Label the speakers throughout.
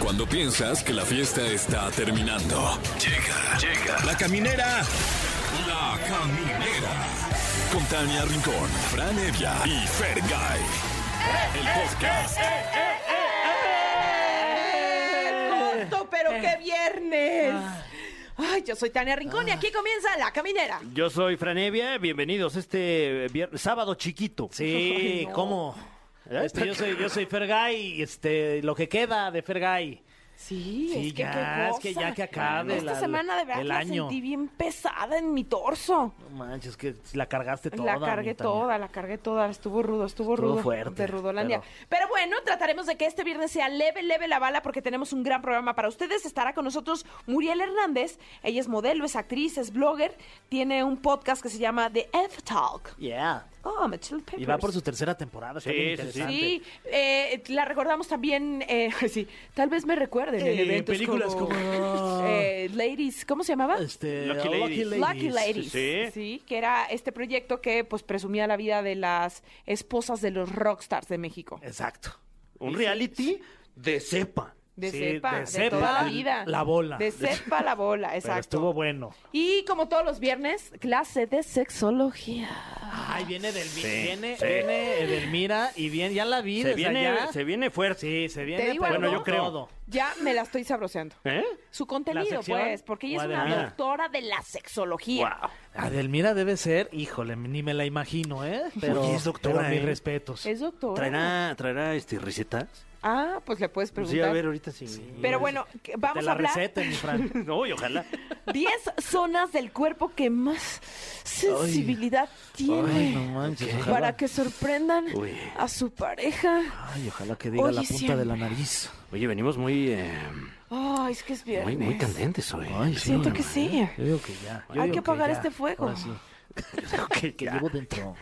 Speaker 1: Cuando piensas que la fiesta está terminando. Llega, llega. La caminera. La caminera. Con Tania Rincón, Fran Evia y Fer El podcast.
Speaker 2: Eh. Tonto, pero qué viernes. Ay, yo soy Tania Rincón y aquí comienza La Caminera.
Speaker 3: Yo soy Franevia, bienvenidos este
Speaker 4: eh,
Speaker 3: vier- sábado chiquito.
Speaker 4: Sí,
Speaker 2: Ay, no.
Speaker 4: ¿cómo? Este, yo soy, yo soy Fergay, y este, lo que queda de Fergay.
Speaker 2: Sí,
Speaker 4: Sí,
Speaker 2: es que
Speaker 4: ya,
Speaker 2: qué
Speaker 4: es que
Speaker 2: cosa.
Speaker 4: ya que acabe
Speaker 2: Esta
Speaker 4: la-
Speaker 2: semana de verdad
Speaker 4: el
Speaker 2: la
Speaker 4: año.
Speaker 2: sentí bien pesada en mi torso.
Speaker 4: No manches, que la cargaste toda.
Speaker 2: la cargué
Speaker 4: mi Tania.
Speaker 2: toda, la cargué toda, estuvo rudo, estuvo,
Speaker 4: Estuvo
Speaker 2: rudo.
Speaker 4: fuerte,
Speaker 2: de Rudolandia. Pero...
Speaker 4: pero-
Speaker 2: bueno, trataremos de que este viernes sea leve, leve la bala, porque tenemos un gran programa para ustedes. Estará con nosotros Muriel Hernández. Ella es modelo, es actriz, es blogger. Tiene un podcast que se llama The F Talk.
Speaker 4: Yeah.
Speaker 2: Oh, my chili peppers.
Speaker 4: Y va por su tercera temporada, está
Speaker 3: Sí,
Speaker 4: bien
Speaker 3: sí, sí.
Speaker 4: interesante.
Speaker 2: Sí, eh, la recordamos también, eh, sí, tal vez me recuerden en
Speaker 4: Eh,
Speaker 2: eventos
Speaker 4: películas como-
Speaker 2: eh, Ladies, ¿cómo se llamaba?
Speaker 4: Este,
Speaker 3: Lucky Ladies.
Speaker 2: Lucky Ladies,
Speaker 3: Sí, sí.
Speaker 2: que era este proyecto que pues presumía la vida de las esposas de los rockstars de
Speaker 4: Eh,
Speaker 2: México.
Speaker 4: Exacto.
Speaker 3: Un reality de cepa.
Speaker 2: De
Speaker 4: Sí,
Speaker 2: cepa,
Speaker 4: de
Speaker 2: de,
Speaker 4: cepa,
Speaker 2: toda la vida.
Speaker 4: la bola.
Speaker 2: De cepa la bola,
Speaker 4: Pero
Speaker 2: exacto.
Speaker 4: estuvo bueno.
Speaker 2: Y como todos los viernes, clase de sexología.
Speaker 4: Ay, viene del viene,
Speaker 3: sí.
Speaker 4: viene Edelmira y bien, ya la vi
Speaker 3: Se
Speaker 4: desde
Speaker 3: viene,
Speaker 4: allá.
Speaker 3: se viene fuerte.
Speaker 4: Sí, se viene.
Speaker 2: Te digo
Speaker 4: pero
Speaker 2: algo.
Speaker 4: con
Speaker 3: Bueno, yo creo.
Speaker 4: todo.
Speaker 2: Ya me la estoy sabroseando.
Speaker 3: ¿Eh?
Speaker 2: Su contenido,
Speaker 4: sección?
Speaker 2: pues, porque ella es
Speaker 4: ¿Cuál
Speaker 2: una
Speaker 4: era?
Speaker 2: doctora de la sexología.
Speaker 3: Wow.
Speaker 4: Adelmira debe ser, híjole, ni me la imagino, ¿eh? Pero,
Speaker 3: Oye, es doctora,
Speaker 4: pero mis
Speaker 3: ¿eh?
Speaker 4: respetos.
Speaker 2: Es doctora.
Speaker 3: ¿Traerá, traerá este, recetas?
Speaker 2: Ah, pues le puedes preguntar.
Speaker 3: Sí, a ver, ahorita sí.
Speaker 2: Pero bueno, que-
Speaker 4: Te
Speaker 2: vamos a
Speaker 4: la
Speaker 2: hablar
Speaker 4: receta, mi Fran.
Speaker 3: No, y ojalá.
Speaker 2: 10 zonas del cuerpo que más sensibilidad tiene
Speaker 4: Ay, no manches, ojalá.
Speaker 2: para que sorprendan
Speaker 3: Uy.
Speaker 2: a su pareja.
Speaker 4: Ay, ojalá que diga
Speaker 2: Oye,
Speaker 4: la punta de la
Speaker 2: siempre.
Speaker 4: nariz.
Speaker 3: Oye, venimos muy, eh,
Speaker 2: Ay, es que es viernes.
Speaker 3: muy, muy candentes hoy. Ay,
Speaker 2: Siento que sí.
Speaker 4: Yo digo que ya. yo
Speaker 2: Hay
Speaker 4: digo
Speaker 2: que apagar
Speaker 4: ya.
Speaker 2: este fuego.
Speaker 4: Ahora sí, que llevo dentro.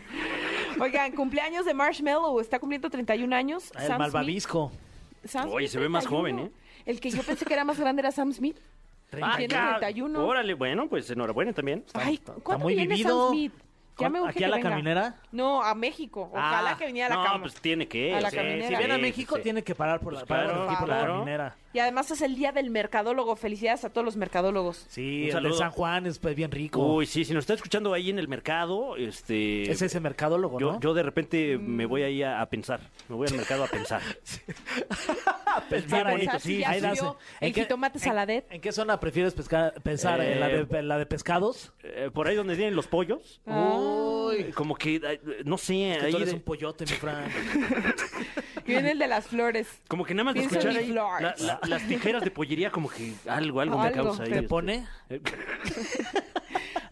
Speaker 2: Oigan, cumpleaños de Marshmallow. Está cumpliendo 31 años.
Speaker 4: Ah, El
Speaker 2: Sam
Speaker 4: malvavisco.
Speaker 2: Smith- Sam
Speaker 3: Oye,
Speaker 2: Smith,
Speaker 3: se ve más
Speaker 2: 31.
Speaker 3: joven, ¿eh?
Speaker 2: El que yo pensé que era más grande era Sam Smith.
Speaker 3: Pues
Speaker 2: Tiene
Speaker 3: ca-
Speaker 2: 31.
Speaker 3: Órale, bueno, pues enhorabuena también.
Speaker 2: Ay,
Speaker 4: está- está
Speaker 2: ¿cuándo
Speaker 4: muy
Speaker 2: viene
Speaker 4: vivido.
Speaker 2: Sam Smith? Ya
Speaker 4: ¿Cuán-
Speaker 2: me urge
Speaker 4: aquí
Speaker 2: que
Speaker 4: a la
Speaker 2: venga.
Speaker 4: caminera?
Speaker 2: No, a México. Ojalá
Speaker 4: Ah,
Speaker 2: que viniera a la
Speaker 3: no,
Speaker 2: cama.
Speaker 3: pues tiene que.
Speaker 2: A la
Speaker 3: sí,
Speaker 2: caminera.
Speaker 3: sí,
Speaker 4: Ven a
Speaker 3: sí,
Speaker 4: México,
Speaker 3: sí.
Speaker 4: tiene que parar por la,
Speaker 3: Pues claro,
Speaker 4: parar aquí por la
Speaker 3: claro.
Speaker 4: caminera.
Speaker 2: Y además es el día del mercadólogo. Felicidades a todos los mercadólogos.
Speaker 3: Un
Speaker 4: Sí, el de
Speaker 3: saludo.
Speaker 4: San Juan es pues, bien rico.
Speaker 3: Uy, sí, si nos está escuchando ahí en el mercado, este...
Speaker 4: es ese mercadólogo,
Speaker 3: yo,
Speaker 4: ¿no?
Speaker 3: yo de repente me
Speaker 2: Mm.
Speaker 3: voy ahí a, a pensar. Me voy al mercado a pensar.
Speaker 4: pensar
Speaker 2: Para
Speaker 4: ahí.
Speaker 2: pensar si ya
Speaker 4: Ahí
Speaker 2: subió
Speaker 4: dase.
Speaker 2: el
Speaker 4: ¿En qué-
Speaker 2: jitomate
Speaker 4: en-
Speaker 2: saladet?
Speaker 4: ¿En qué zona prefieres pescar, pensar? ¿En la de, la de pescados?
Speaker 3: Eh, por ahí donde tienen los pollos.
Speaker 2: Ah,
Speaker 4: Uy.
Speaker 3: Como que, eh, no sé,
Speaker 4: Que
Speaker 3: ahí
Speaker 4: tú eres
Speaker 3: de-
Speaker 4: un pollote, mi Fran.
Speaker 2: Y viene el de las flores.
Speaker 3: como que nada más de
Speaker 2: Pienso en
Speaker 3: escuchar
Speaker 2: mi
Speaker 3: ahí
Speaker 2: flor.
Speaker 3: la- la- las tijeras de pollería, como que algo, algo, me
Speaker 2: Algo,
Speaker 3: causa ahí.
Speaker 2: te
Speaker 4: ¿Te
Speaker 3: este.
Speaker 4: pone?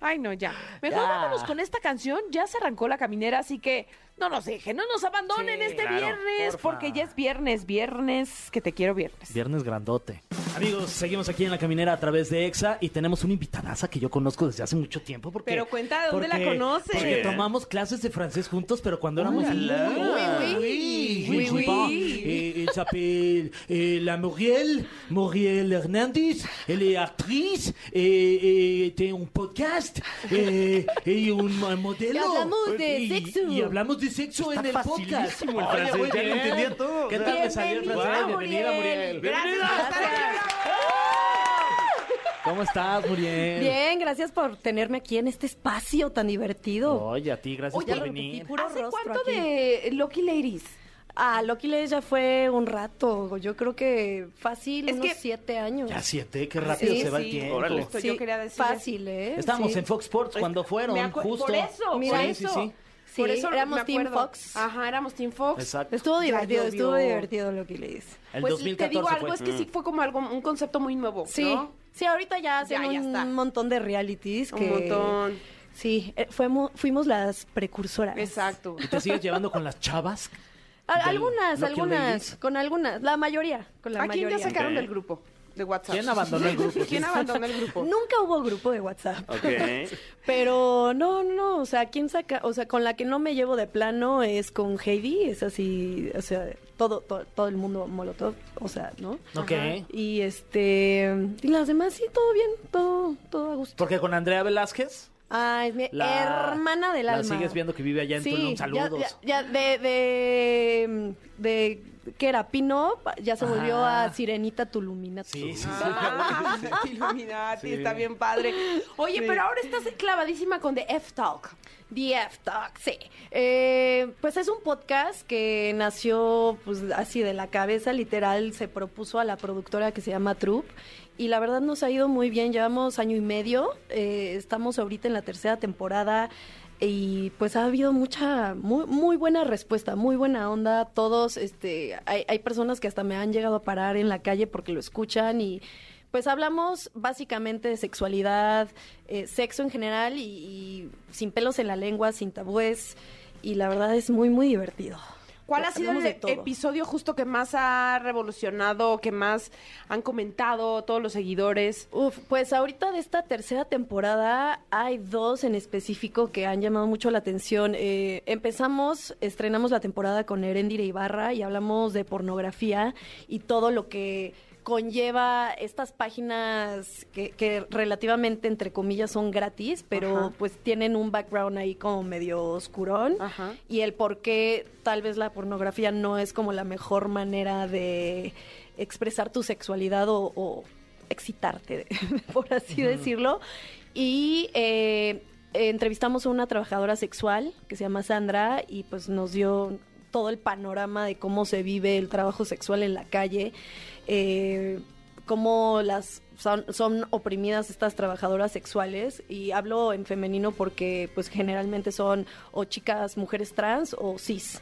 Speaker 2: Ay, no, ya. Mejor
Speaker 4: Ya.
Speaker 2: vámonos con esta canción. Ya se arrancó la caminera, así que no nos dejen, no nos abandonen
Speaker 4: Sí,
Speaker 2: este
Speaker 3: claro,
Speaker 2: viernes,
Speaker 4: porfa.
Speaker 2: porque ya es viernes, viernes, que te quiero viernes.
Speaker 4: Viernes grandote. Amigos, seguimos aquí en la caminera a través de EXA y tenemos una invitadaza que yo conozco desde hace mucho tiempo. Porque,
Speaker 2: Pero cuenta de dónde la
Speaker 4: porque-
Speaker 2: conoces.
Speaker 4: Porque
Speaker 3: Sí.
Speaker 4: tomamos clases de francés juntos, pero cuando éramos.
Speaker 3: Órala.
Speaker 2: Uy, uy. Uy, uy.
Speaker 4: Elle s'appelle eh, la Muriel, Muriel Hernández. Elle est actrice et, et tiene un podcast eh, y un eh, modelo.
Speaker 5: Y hablamos de
Speaker 4: Y-
Speaker 5: sexo.
Speaker 4: Y hablamos de sexo en el podcast.
Speaker 3: facilísimo el francés, ya lo entendía todo.
Speaker 4: ¿Qué tal me salió el francés?
Speaker 5: Bienvenida,
Speaker 4: Bienvenida,
Speaker 5: Muriel.
Speaker 4: Muriel.
Speaker 2: Gracias, Tania.
Speaker 4: ¿Cómo estás, Muriel?
Speaker 5: Bien, gracias por tenerme aquí en este espacio tan divertido.
Speaker 4: Oye, a ti, gracias
Speaker 5: Oye,
Speaker 4: por
Speaker 5: lo repetí,
Speaker 4: venir.
Speaker 5: puro
Speaker 2: ¿Hace
Speaker 5: rostro
Speaker 2: cuánto
Speaker 5: aquí.
Speaker 2: de Loki Ladies?
Speaker 5: Ah, Loki Leyes ya fue un rato, yo creo que fácil,
Speaker 2: Es
Speaker 5: unos
Speaker 2: que-
Speaker 5: siete años.
Speaker 4: Ya siete, qué rápido
Speaker 5: Sí,
Speaker 4: se va
Speaker 2: sí.
Speaker 4: el tiempo.
Speaker 3: Órale.
Speaker 2: Justo, yo quería decir
Speaker 5: Fácil, ¿eh?
Speaker 4: Estábamos
Speaker 5: Sí.
Speaker 4: en Fox Sports cuando fueron,
Speaker 2: Me acu-
Speaker 4: justo.
Speaker 2: Por eso,
Speaker 5: Mira,
Speaker 2: por
Speaker 4: sí,
Speaker 2: eso.
Speaker 4: sí.
Speaker 5: Sí,
Speaker 2: Por eso
Speaker 5: éramos
Speaker 2: me
Speaker 5: Team
Speaker 2: acuerdo.
Speaker 5: Fox.
Speaker 2: Ajá, éramos Team Fox.
Speaker 4: Exacto.
Speaker 5: Estuvo
Speaker 2: Ya
Speaker 5: divertido,
Speaker 2: llovió.
Speaker 5: estuvo divertido Loki Leyes.
Speaker 4: El
Speaker 2: pues
Speaker 4: 2014
Speaker 2: te digo algo,
Speaker 4: fue. Mm.
Speaker 2: es que sí fue como algo, un concepto muy nuevo.
Speaker 5: Sí,
Speaker 2: ¿no?
Speaker 5: sí, ahorita ya hacen
Speaker 2: Ya, ya
Speaker 5: un
Speaker 2: está.
Speaker 5: montón de realities.
Speaker 2: Un
Speaker 5: que-
Speaker 2: montón.
Speaker 5: Sí, eh, fuimos, fuimos las precursoras.
Speaker 2: Exacto.
Speaker 4: ¿Y te sigues llevando con las chavas?
Speaker 5: Al-
Speaker 4: Del
Speaker 5: algunas,
Speaker 4: Loki
Speaker 5: algunas,
Speaker 4: Ladies.
Speaker 5: con algunas, la mayoría, con la
Speaker 2: ¿A quién
Speaker 5: mayoría.
Speaker 2: ya sacaron
Speaker 3: Ok.
Speaker 2: del grupo de WhatsApp?
Speaker 4: ¿Quién abandonó el grupo?
Speaker 2: ¿Quién abandonó el grupo?
Speaker 5: Nunca hubo grupo de WhatsApp.
Speaker 3: Ok.
Speaker 5: Pero no, no, o sea, quién saca, o sea, con la que no me llevo de plano es con Heidi, es así, o sea, todo, todo, todo el mundo molotov, o sea, ¿no?
Speaker 4: Ok.
Speaker 5: Y este, y las demás sí, todo bien, todo, todo a gusto.
Speaker 4: Porque con Andrea Velázquez,
Speaker 5: Ah, es mi
Speaker 4: la
Speaker 5: hermana del
Speaker 4: la
Speaker 5: alma.
Speaker 4: sigues viendo que vive allá en
Speaker 5: sí,
Speaker 4: Tulum.
Speaker 5: ya-
Speaker 4: Saludos.
Speaker 5: Ya, ya de, de, de que era Pino, ya se volvió
Speaker 4: Ah.
Speaker 5: a Sirenita Tuluminata.
Speaker 4: Sí, sí, sí.
Speaker 2: Ah, Illuminati, está bien padre. Oye, pero ahora estás clavadísima con The F-Talk.
Speaker 5: DF Talk, sí. Eh, pues es un podcast que nació pues, así de la cabeza, literal, se propuso a la productora que se llama Troop. Y la verdad nos ha ido muy bien, llevamos año y medio, eh, estamos ahorita en la tercera temporada y pues ha habido mucha, muy, muy buena respuesta, muy buena onda. Todos, este, hay, hay personas que hasta me han llegado a parar en la calle porque lo escuchan y pues hablamos básicamente de sexualidad, eh, sexo en general y, y sin pelos en la lengua, sin tabúes. Y la verdad es muy, muy divertido.
Speaker 2: ¿Cuál ha sido el
Speaker 5: Hablamos de todo.
Speaker 2: episodio justo que más ha revolucionado, que más han comentado todos los seguidores?
Speaker 5: Uf, pues ahorita de esta tercera temporada hay dos en específico que han llamado mucho la atención. Eh, empezamos, estrenamos la temporada con Erendira Ibarra y hablamos de pornografía y todo lo que conlleva estas páginas que, que relativamente, entre comillas, son gratis, pero
Speaker 2: Ajá.
Speaker 5: pues tienen un background ahí como medio oscurón
Speaker 2: Ajá.
Speaker 5: y el por qué tal vez la pornografía no es como la mejor manera de expresar tu sexualidad o, o excitarte, por así decirlo. Y eh, entrevistamos a una trabajadora sexual que se llama Sandra y pues nos dio todo el panorama de cómo se vive el trabajo sexual en la calle. eh, cómo las son, son oprimidas estas trabajadoras sexuales y hablo en femenino porque pues generalmente son o chicas mujeres trans o cis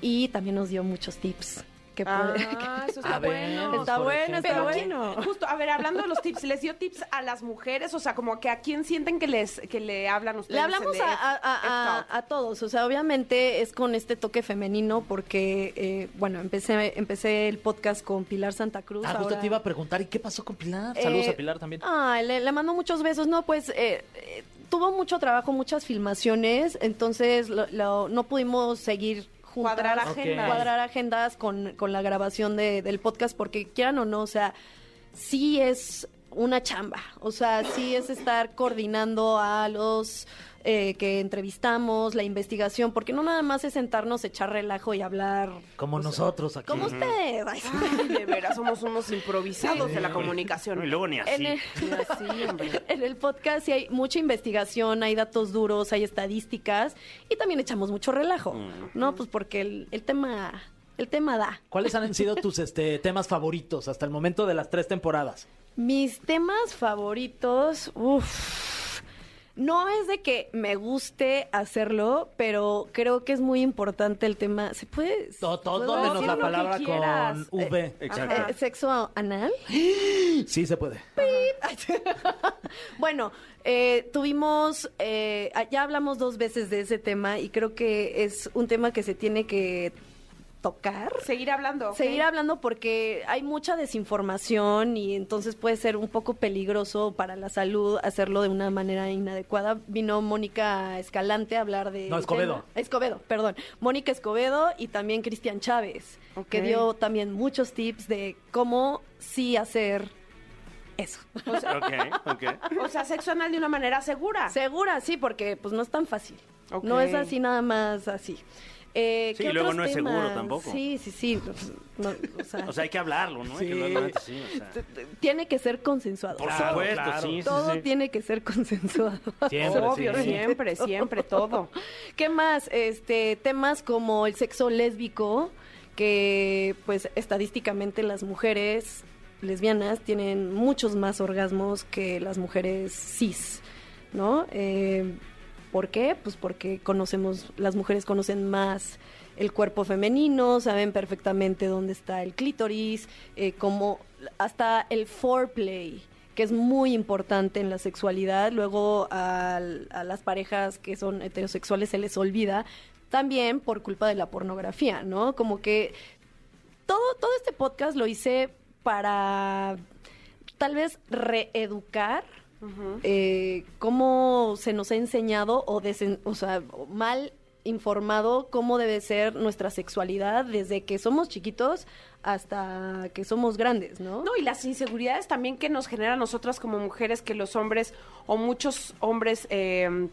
Speaker 5: y también nos dio muchos tips que puede-
Speaker 2: Ah, eso está
Speaker 4: A ver,
Speaker 2: bueno.
Speaker 5: está
Speaker 4: por
Speaker 5: bueno está
Speaker 2: Pero ¿quién-
Speaker 5: bueno
Speaker 2: justo, a ver, hablando de los tips, ¿les dio tips a las mujeres? O sea, como que a quién sienten que les que le hablan ustedes.
Speaker 5: Le hablamos
Speaker 2: en The
Speaker 5: a, a- a-
Speaker 2: F-Talk?
Speaker 5: a- a todos, o sea, obviamente es con este toque femenino porque, eh, bueno, empecé, empecé el podcast con Pilar Santa Cruz.
Speaker 4: Ah, justo
Speaker 5: ahora-
Speaker 4: te iba a preguntar, ¿y qué pasó con Pilar? Saludos
Speaker 5: Eh,
Speaker 4: a Pilar también.
Speaker 2: ah,
Speaker 5: Ay, le, le mando muchos besos. No, pues eh, eh, tuvo mucho trabajo, muchas filmaciones, entonces lo- lo- no pudimos seguir juntas.
Speaker 2: Cuadrar
Speaker 4: Ok.
Speaker 2: agendas.
Speaker 5: Cuadrar agendas con, con la grabación de- del podcast, porque quieran o no, o sea, sí es una chamba, o sea, sí es estar coordinando a los eh, que entrevistamos, la investigación, porque no nada más es sentarnos, echar relajo y hablar.
Speaker 4: Como
Speaker 2: pues,
Speaker 4: nosotros aquí.
Speaker 5: Como ustedes. Ay,
Speaker 2: Ay, de veras, somos unos improvisados de la comunicación.
Speaker 3: Y luego ni así.
Speaker 5: En el,
Speaker 2: Así, hombre.
Speaker 5: en el podcast sí hay mucha investigación, hay datos duros, hay estadísticas y también echamos mucho relajo, ¿no? Pues porque el, el tema el tema da.
Speaker 4: ¿Cuáles han sido tus este, temas favoritos hasta el momento de las tres temporadas?
Speaker 5: Mis temas favoritos, uff, no es de que me guste hacerlo, pero creo que es muy importante el tema. ¿Se puede?
Speaker 4: Todo, todo
Speaker 5: ¿puedo
Speaker 4: menos
Speaker 5: Pues decir
Speaker 4: la
Speaker 5: lo que
Speaker 4: palabra
Speaker 5: quieras?
Speaker 4: con V. Eh.
Speaker 3: Exacto.
Speaker 5: Eh, ¿Sexo anal?
Speaker 4: Sí, se puede.
Speaker 5: Bueno, eh, tuvimos, eh, ya hablamos dos veces de ese tema y creo que es un tema que se tiene que tocar.
Speaker 2: Seguir hablando. ¿ok?
Speaker 5: Seguir hablando porque hay mucha desinformación y entonces puede ser un poco peligroso para la salud hacerlo de una manera inadecuada. Vino Mónica Escalante a hablar de...
Speaker 4: No, Escobedo.
Speaker 5: Escobedo, perdón. Mónica Escobedo y también Cristian Chávez,
Speaker 2: Ok.
Speaker 5: que dio también muchos tips de cómo sí hacer eso.
Speaker 3: Ok, ok.
Speaker 2: O sea, sexo anal de una manera
Speaker 3: Ah.
Speaker 2: segura.
Speaker 5: Segura, sí, porque pues no es tan fácil.
Speaker 2: Ok.
Speaker 5: No es así nada más así. Eh,
Speaker 3: Sí,
Speaker 5: ¿qué
Speaker 3: y luego
Speaker 5: otros
Speaker 3: no es seguro
Speaker 5: temas?
Speaker 3: tampoco.
Speaker 5: Sí, sí, sí. pues, no, o sea,
Speaker 3: O sea, hay que hablarlo, ¿no? Hay
Speaker 4: Sí.
Speaker 3: que hablarlo antes, sí, o sea.
Speaker 5: t- t- tiene que ser consensuado.
Speaker 3: Por
Speaker 4: Claro,
Speaker 3: supuesto,
Speaker 4: claro.
Speaker 3: sí, sí,
Speaker 5: Todo
Speaker 3: sí.
Speaker 5: tiene que ser consensuado.
Speaker 4: Siempre,
Speaker 2: Obvio,
Speaker 4: sí.
Speaker 2: siempre, siempre, todo.
Speaker 5: ¿Qué más? Este, temas como el sexo lésbico, que pues estadísticamente las mujeres lesbianas tienen muchos más orgasmos que las mujeres cis, ¿no? Eh, ¿Por qué? Pues porque conocemos, las mujeres conocen más el cuerpo femenino, saben perfectamente dónde está el clítoris, eh, como hasta el foreplay, que es muy importante en la sexualidad. Luego al- a las parejas que son heterosexuales se les olvida también por culpa de la pornografía, ¿no? Como que todo, todo este podcast lo hice para tal vez reeducar eh, cómo se nos ha enseñado o, desen- o sea, o mal informado cómo debe ser nuestra sexualidad desde que somos chiquitos hasta que somos grandes, ¿no?
Speaker 2: No, y las inseguridades también que nos generan nosotras como mujeres, que los hombres o muchos em, hombres, eh,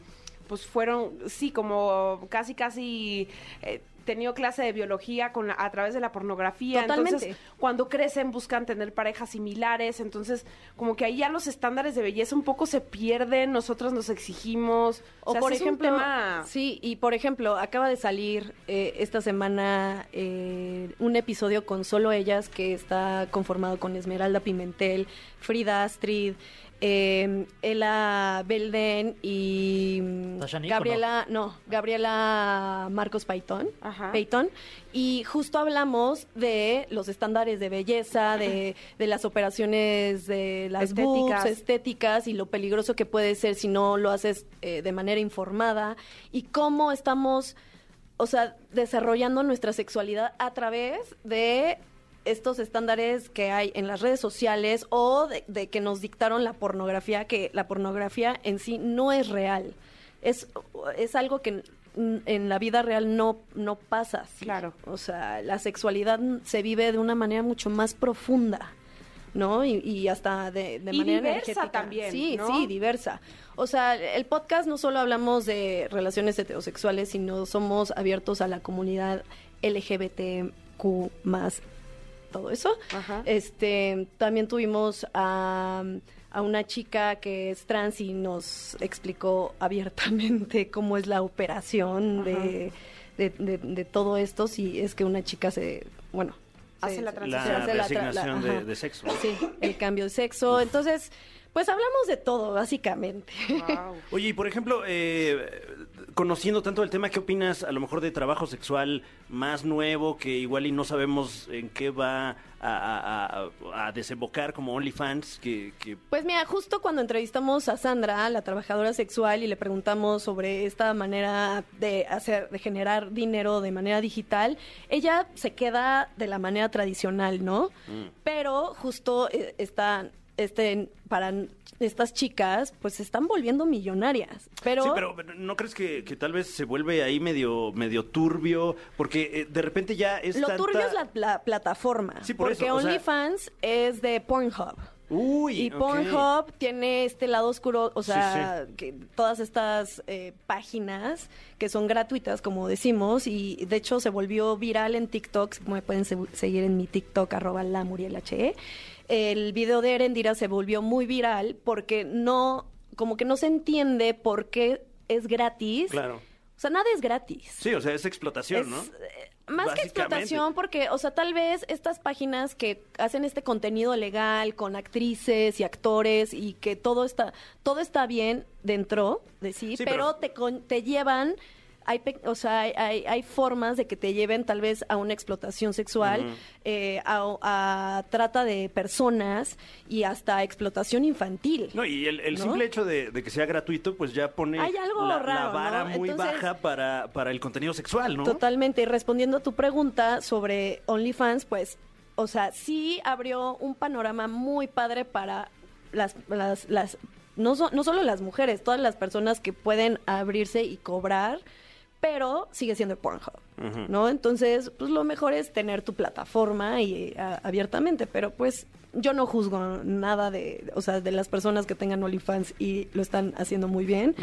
Speaker 2: pues fueron, sí, como casi, casi eh, tenido clase de biología con la- a través de la pornografía. Entonces,
Speaker 5: Totalmente.
Speaker 2: cuando crecen buscan tener parejas similares, entonces como que ahí ya los estándares de belleza un poco se pierden, nosotras nos exigimos.
Speaker 5: O
Speaker 2: sea,
Speaker 5: por
Speaker 2: sí es un
Speaker 5: ejemplo,
Speaker 2: tema-
Speaker 5: sí, y por ejemplo, acaba de salir eh, esta semana eh, un episodio con solo ellas que está conformado con Esmeralda Pimentel, Frida Astrid, eh, Ela Belden y mm,
Speaker 6: ¿Tasha Nick o
Speaker 5: Gabriela, no? Gabriela Marcos Payton,
Speaker 2: Ajá.
Speaker 5: Payton, y justo hablamos de los estándares de belleza, de, de las operaciones de las
Speaker 2: Estéticas.
Speaker 5: estéticas estéticas y lo peligroso que puede ser si no lo haces eh, de manera informada y cómo estamos, o sea, desarrollando nuestra sexualidad a través de estos estándares que hay en las redes sociales o de, de que nos dictaron la pornografía, que la pornografía en sí no es real. Es, es algo que en, en la vida real no, no pasa. así.
Speaker 2: Claro.
Speaker 5: O sea, la sexualidad se vive de una manera mucho más profunda. ¿no? Y, y hasta de, de
Speaker 2: Y
Speaker 5: manera
Speaker 2: diversa
Speaker 5: energética.
Speaker 2: también,
Speaker 5: Sí,
Speaker 2: ¿no?
Speaker 5: sí, diversa. O sea, el podcast no solo hablamos de relaciones heterosexuales, sino somos abiertos a la comunidad LGBTQ más todo eso.
Speaker 2: Ajá.
Speaker 5: Este, también tuvimos a, a una chica que es trans y nos explicó abiertamente cómo es la operación de, de, de- de todo esto, si es que una chica se, bueno,
Speaker 2: Hace
Speaker 5: se-
Speaker 2: la
Speaker 5: se
Speaker 2: transición.
Speaker 5: hace la tra- la-
Speaker 3: reasignación de-
Speaker 5: ajá.
Speaker 3: de sexo.
Speaker 5: Sí, el cambio de sexo. Entonces, pues hablamos de todo, básicamente.
Speaker 2: Guau.
Speaker 3: Oye, y por ejemplo, eh, conociendo tanto el tema, ¿qué opinas a lo mejor de trabajo sexual más nuevo que igual y no sabemos en qué va a, a- a- a desembocar como OnlyFans? Que, que-
Speaker 5: Pues mira, justo cuando entrevistamos a Sandra, la trabajadora sexual, y le preguntamos sobre esta manera de hacer, de generar dinero de manera digital, ella se queda de la manera tradicional, ¿no?
Speaker 3: Mm.
Speaker 5: Pero justo eh, está, este, para n- estas chicas, pues se están volviendo millonarias. Pero,
Speaker 3: Sí, pero ¿no crees que, que tal vez se vuelve ahí medio, medio turbio? Porque eh, de repente ya es
Speaker 5: lo
Speaker 3: tanta-
Speaker 5: turbio es la, la plataforma.
Speaker 3: Sí, por
Speaker 5: porque
Speaker 3: eso, o sea-
Speaker 5: OnlyFans es de Pornhub.
Speaker 3: Uy,
Speaker 5: Y
Speaker 3: ok.
Speaker 5: Pornhub tiene este lado oscuro, o
Speaker 3: Sí,
Speaker 5: sea, que todas estas eh, páginas que son gratuitas, como decimos, y de hecho se volvió viral en TikTok, como me pueden se- seguir en mi TikTok, arroba la Muriel H. E. El video de Erendira se volvió muy viral porque no, como que no se entiende por qué es gratis.
Speaker 3: Claro.
Speaker 5: O sea, nada es gratis.
Speaker 3: Sí, o sea, es explotación, ¿no?
Speaker 5: Es, eh, Más que
Speaker 3: Básicamente.
Speaker 5: explotación, porque, o sea, tal vez estas páginas que hacen este contenido legal con actrices y actores y que todo está, todo está bien dentro de sí,
Speaker 3: Sí, pero-
Speaker 5: pero, te, con- te llevan, hay, pe- o sea, hay, hay- hay formas de que te lleven tal vez a una explotación sexual, eh, a, a trata de personas y hasta explotación infantil.
Speaker 3: No, y el, el
Speaker 5: ¿No?
Speaker 3: simple hecho de, de que sea gratuito, pues ya pone
Speaker 5: Hay algo
Speaker 3: la, la
Speaker 5: raro,
Speaker 3: vara
Speaker 5: ¿no?
Speaker 3: muy
Speaker 5: Entonces-
Speaker 3: baja para, para el contenido sexual, ¿no?
Speaker 5: Totalmente. Y respondiendo a tu pregunta sobre OnlyFans, pues, o sea, sí abrió un panorama muy padre para las, las, las no, so- no solo las mujeres, todas las personas que pueden abrirse y cobrar, pero sigue siendo Pornhub, ¿no? Entonces, pues lo mejor es tener tu plataforma y eh, a- abiertamente, pero pues yo no juzgo nada de, o sea, de las personas que tengan OnlyFans y lo están haciendo muy bien.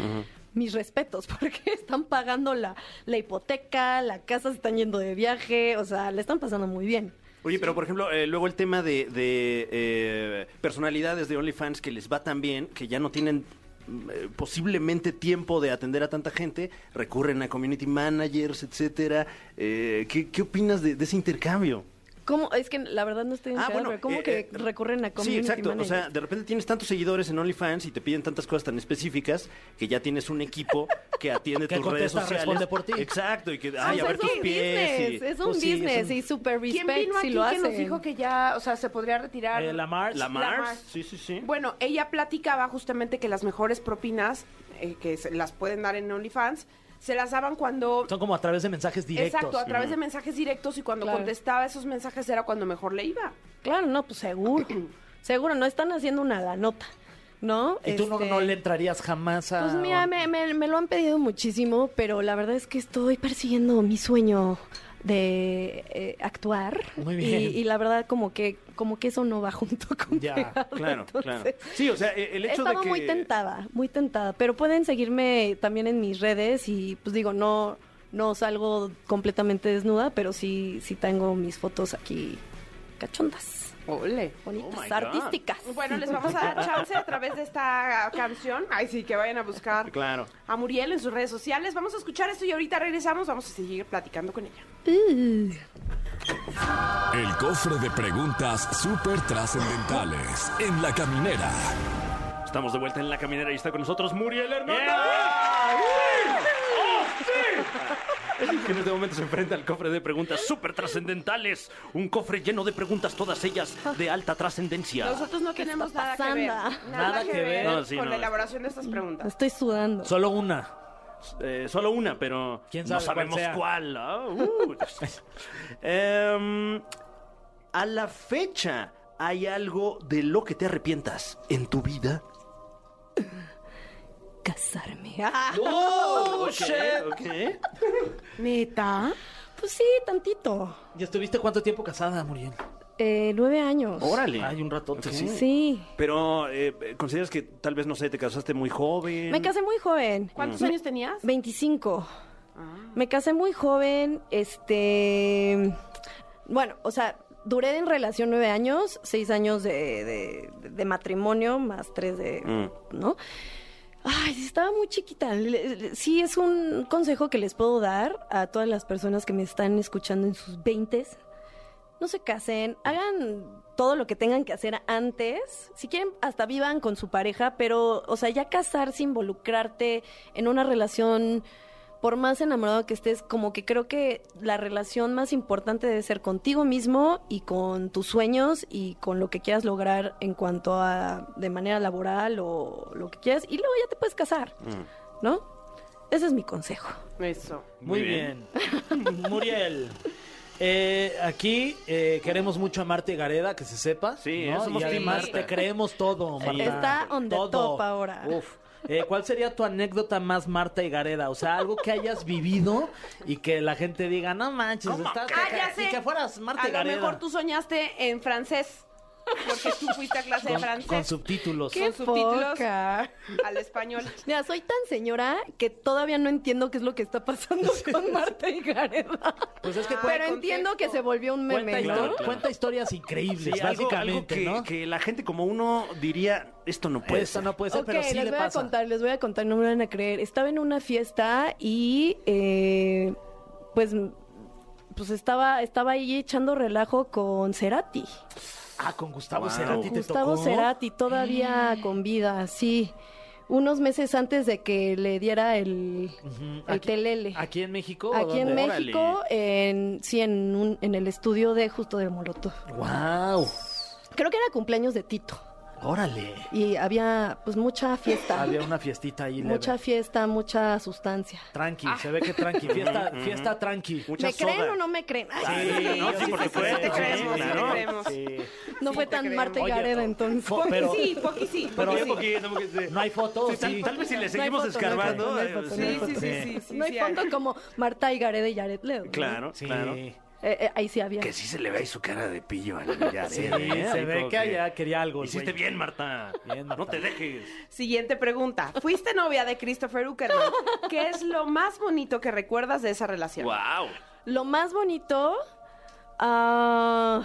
Speaker 5: Mis respetos, porque están pagando la, la hipoteca, la casa se están yendo de viaje, o sea, le están pasando muy bien.
Speaker 3: Oye, pero por ejemplo, eh, luego el tema de, de, eh, personalidades de OnlyFans que les va tan bien, que ya no tienen mm, eh, posiblemente tiempo de atender a tanta gente, recurren a community managers, etcétera. Eh, ¿qué, qué opinas de, de ese intercambio?
Speaker 5: ¿Cómo? Es que la verdad no estoy enterada, pero ¿cómo
Speaker 3: eh,
Speaker 5: que
Speaker 3: eh,
Speaker 5: recurren a community
Speaker 3: Sí, exacto.
Speaker 5: managers?
Speaker 3: O sea, de repente tienes tantos seguidores en OnlyFans y te piden tantas cosas tan específicas que ya tienes un equipo que atiende
Speaker 6: Que
Speaker 3: tus redes
Speaker 6: contesta,
Speaker 3: sociales.
Speaker 6: responde por ti.
Speaker 3: Exacto, y que,
Speaker 5: Ah, O
Speaker 3: ay,
Speaker 5: sea,
Speaker 3: a ver
Speaker 5: es
Speaker 3: tus
Speaker 5: un
Speaker 3: pies.
Speaker 5: business,
Speaker 3: y-
Speaker 5: es un
Speaker 6: Pues sí, es
Speaker 5: business
Speaker 6: un-
Speaker 5: y super
Speaker 2: ¿Quién
Speaker 5: respect
Speaker 2: vino aquí
Speaker 5: si lo
Speaker 2: que
Speaker 5: hacen.
Speaker 2: nos dijo que ya, o sea, se podría retirar?
Speaker 4: Eh, la Mars.
Speaker 3: La Mars,
Speaker 2: Mars.
Speaker 3: sí, sí, sí.
Speaker 2: Bueno, ella platicaba justamente que las mejores propinas eh, que se las pueden dar en OnlyFans se las daban cuando
Speaker 4: Son como a través de mensajes directos.
Speaker 2: Exacto, a través de mensajes directos y cuando
Speaker 5: Claro.
Speaker 2: contestaba esos mensajes era cuando mejor le iba.
Speaker 5: Claro, no, pues seguro. seguro, no están haciendo una ganota, ¿no?
Speaker 6: Y tú no,
Speaker 5: Este,
Speaker 6: no le entrarías jamás a...
Speaker 5: Pues mira, me, me- me lo han pedido muchísimo, pero la verdad es que estoy persiguiendo mi sueño de eh, actuar.
Speaker 4: Muy bien.
Speaker 5: Y, y la verdad como que como que eso no va junto con
Speaker 4: Ya,
Speaker 5: pegado,
Speaker 3: Claro,
Speaker 5: entonces,
Speaker 3: claro. Sí, o sea, eh, el hecho
Speaker 5: Estaba
Speaker 3: de que
Speaker 5: muy tentada, muy tentada, pero pueden seguirme también en mis redes y pues digo, no No salgo completamente desnuda, pero sí, sí tengo mis fotos aquí cachondas,
Speaker 6: Ole.
Speaker 3: Oh my
Speaker 5: bonitas,
Speaker 3: God.
Speaker 5: artísticas.
Speaker 2: Bueno, les vamos a dar chance a través de esta canción. Ay, sí, que vayan a buscar
Speaker 3: Claro.
Speaker 2: a Muriel en sus redes sociales. Vamos a escuchar esto y ahorita regresamos. Vamos a seguir platicando con ella.
Speaker 1: El cofre de preguntas súper trascendentales en la caminera.
Speaker 3: Estamos de vuelta en la caminera y está con nosotros Muriel Hernández.
Speaker 7: ¡Ah, ¡Oh,
Speaker 3: que en este momento se enfrenta al cofre de preguntas súper trascendentales. Un cofre lleno de preguntas, todas ellas de alta trascendencia.
Speaker 2: Nosotros no tenemos
Speaker 5: está
Speaker 2: nada que ver. Nada,
Speaker 5: pasando?
Speaker 2: que, ver
Speaker 3: No, sí,
Speaker 2: con
Speaker 3: no,
Speaker 2: la
Speaker 3: es-
Speaker 2: elaboración de estas preguntas.
Speaker 5: Estoy sudando.
Speaker 4: Solo una.
Speaker 3: Eh, solo una, pero
Speaker 4: ¿Quién
Speaker 3: no
Speaker 4: sabe cuál
Speaker 3: sabemos
Speaker 4: sea?
Speaker 3: cuál. Ah, uh. Em, a la fecha, ¿hay algo de lo que te arrepientas en tu vida?
Speaker 5: Casarme. Ah,
Speaker 4: ¡Oh, shit!
Speaker 3: Ok.
Speaker 6: ¿Neta?
Speaker 5: pues sí, tantito.
Speaker 4: ¿Y estuviste cuánto tiempo casada, Muriel?
Speaker 5: Eh, nueve años.
Speaker 3: Órale.
Speaker 4: Ay, un ratote.
Speaker 3: Ok.
Speaker 4: sí.
Speaker 5: Sí.
Speaker 3: Pero, eh, ¿consideras que tal vez, no sé, te casaste muy joven?
Speaker 5: Me casé muy joven.
Speaker 2: ¿Cuántos años tenías?
Speaker 5: 25.
Speaker 2: Ah.
Speaker 5: Me casé muy joven, este... Bueno, o sea, duré en relación nueve años, seis años de, de- de matrimonio, más tres de...
Speaker 3: Mm.
Speaker 5: ¿No? Ay, sí, estaba muy chiquita. Le- le- Sí, es un consejo que les puedo dar a todas las personas que me están escuchando en sus veintes. No se casen, hagan todo lo que tengan que hacer antes. Si quieren, hasta vivan con su pareja, pero, o sea, ya casarse, involucrarte en una relación, por más enamorado que estés, como que creo que la relación más importante debe ser contigo mismo y con tus sueños y con lo que quieras lograr en cuanto a de manera laboral o lo que quieras. Y luego ya te puedes casar, ¿no? Ese es mi consejo.
Speaker 2: Eso.
Speaker 4: Muy bien. Muriel. eh, aquí eh, queremos mucho a Marte Gareda, que se sepa.
Speaker 3: Sí,
Speaker 4: ¿no?
Speaker 3: eh, somos
Speaker 4: y
Speaker 3: team
Speaker 4: además
Speaker 3: Marta.
Speaker 4: te creemos todo, Marta.
Speaker 5: Está on the
Speaker 4: Todo.
Speaker 5: top ahora.
Speaker 4: Uf. Eh, ¿Cuál sería tu anécdota más Marta y Gareda? O sea, algo que hayas vivido y que la gente diga, no manches, estás...
Speaker 2: Ah, ya sé.
Speaker 4: Y que fueras Marta
Speaker 2: a
Speaker 4: y
Speaker 2: lo
Speaker 4: Gareda.
Speaker 2: mejor tú soñaste en francés. Porque tú fuiste a clase de
Speaker 4: con,
Speaker 2: francés.
Speaker 4: con subtítulos.
Speaker 2: ¿Qué? Con subtítulos.
Speaker 5: poca!
Speaker 2: Al español.
Speaker 5: Mira, soy tan señora que todavía no entiendo qué es lo que está pasando con Marta y Gareda.
Speaker 4: Pues es que
Speaker 2: Ah,
Speaker 4: cuen-
Speaker 5: Pero entiendo que se volvió un
Speaker 4: cuenta,
Speaker 5: meme,
Speaker 4: histo-
Speaker 5: ¿no?
Speaker 3: claro.
Speaker 4: cuenta historias increíbles,
Speaker 3: Sí, algo- algo
Speaker 4: básicamente,
Speaker 3: que,
Speaker 4: ¿no?
Speaker 3: que la gente como uno diría, esto no puede
Speaker 4: Esto
Speaker 3: ser.
Speaker 4: no puede ser,
Speaker 5: Ok,
Speaker 4: pero sí
Speaker 5: les
Speaker 4: le
Speaker 5: voy
Speaker 4: pasa.
Speaker 5: a contar, les voy a contar, no me van a creer. Estaba en una fiesta y eh, pues, pues estaba, estaba ahí echando relajo con Cerati.
Speaker 4: Ah, con Gustavo
Speaker 3: Wow.
Speaker 4: Cerati te
Speaker 5: Gustavo
Speaker 4: tocó. Ah.
Speaker 5: Cerati todavía con vida, sí. Unos meses antes de que le diera el,
Speaker 4: Ujú.
Speaker 5: el
Speaker 4: Aquí-
Speaker 5: telele.
Speaker 4: ¿Aquí en México? o
Speaker 5: Aquí en
Speaker 4: dónde?
Speaker 3: Órale.
Speaker 5: México, en, sí, en, un- en el estudio de Justo del Molotov.
Speaker 4: ¡Wow!
Speaker 5: Creo que era cumpleaños de Tito
Speaker 4: ¡Órale!
Speaker 5: y había pues mucha
Speaker 3: Ah,
Speaker 5: fiesta.
Speaker 4: Había una fiestita ahí leve.
Speaker 5: Mucha fiesta, Ah. mucha sustancia.
Speaker 4: Tranqui, se ve que tranqui. Fiesta, fiesta tranqui.
Speaker 3: Mucha
Speaker 5: ¿Me creen
Speaker 3: soda.
Speaker 5: o no me creen? Ay,
Speaker 3: Sí, no, sí, por supuesto,
Speaker 2: te
Speaker 3: sí,
Speaker 2: creemos, sí,
Speaker 3: claro.
Speaker 2: te creemos.
Speaker 5: no fue
Speaker 2: te
Speaker 5: tan
Speaker 2: creo.
Speaker 5: Marta y
Speaker 4: Oye,
Speaker 5: Gareda entonces.
Speaker 4: fo-
Speaker 2: Poqui
Speaker 4: pero
Speaker 2: sí, poqui sí.
Speaker 4: pero
Speaker 2: poqui
Speaker 4: sí.
Speaker 2: sí.
Speaker 4: no hay fotos.
Speaker 3: Sí, tal,
Speaker 4: sí.
Speaker 3: tal vez si le
Speaker 5: No hay
Speaker 3: seguimos
Speaker 5: foto, no hay
Speaker 3: escarbando.
Speaker 5: foto, no hay
Speaker 3: eh,
Speaker 5: foto,
Speaker 3: sí.
Speaker 5: no
Speaker 2: Sí,
Speaker 5: hay
Speaker 2: sí,
Speaker 5: foto.
Speaker 2: sí, sí, sí,
Speaker 5: no hay
Speaker 2: sí,
Speaker 5: foto
Speaker 2: hay.
Speaker 5: como Marta y Gareda y Jared Leto. ¿no?
Speaker 3: Claro,
Speaker 4: Sí.
Speaker 3: claro.
Speaker 5: Eh, eh, ahí sí había.
Speaker 3: Que sí se le ve ahí su cara de pillo al Villarreal.
Speaker 4: Sí,
Speaker 3: ¿eh?
Speaker 4: se
Speaker 3: Ahí
Speaker 4: ve
Speaker 3: como
Speaker 4: que allá quería algo.
Speaker 7: pues,
Speaker 4: el
Speaker 3: Hiciste
Speaker 4: güey.
Speaker 3: bien Marta.
Speaker 4: Bien, Marta.
Speaker 3: No te dejes.
Speaker 2: Siguiente pregunta. Fuiste novia de Christopher Uckerman. ¿Qué es lo más bonito que recuerdas de esa relación?
Speaker 3: Wow.
Speaker 5: Lo más bonito, ah,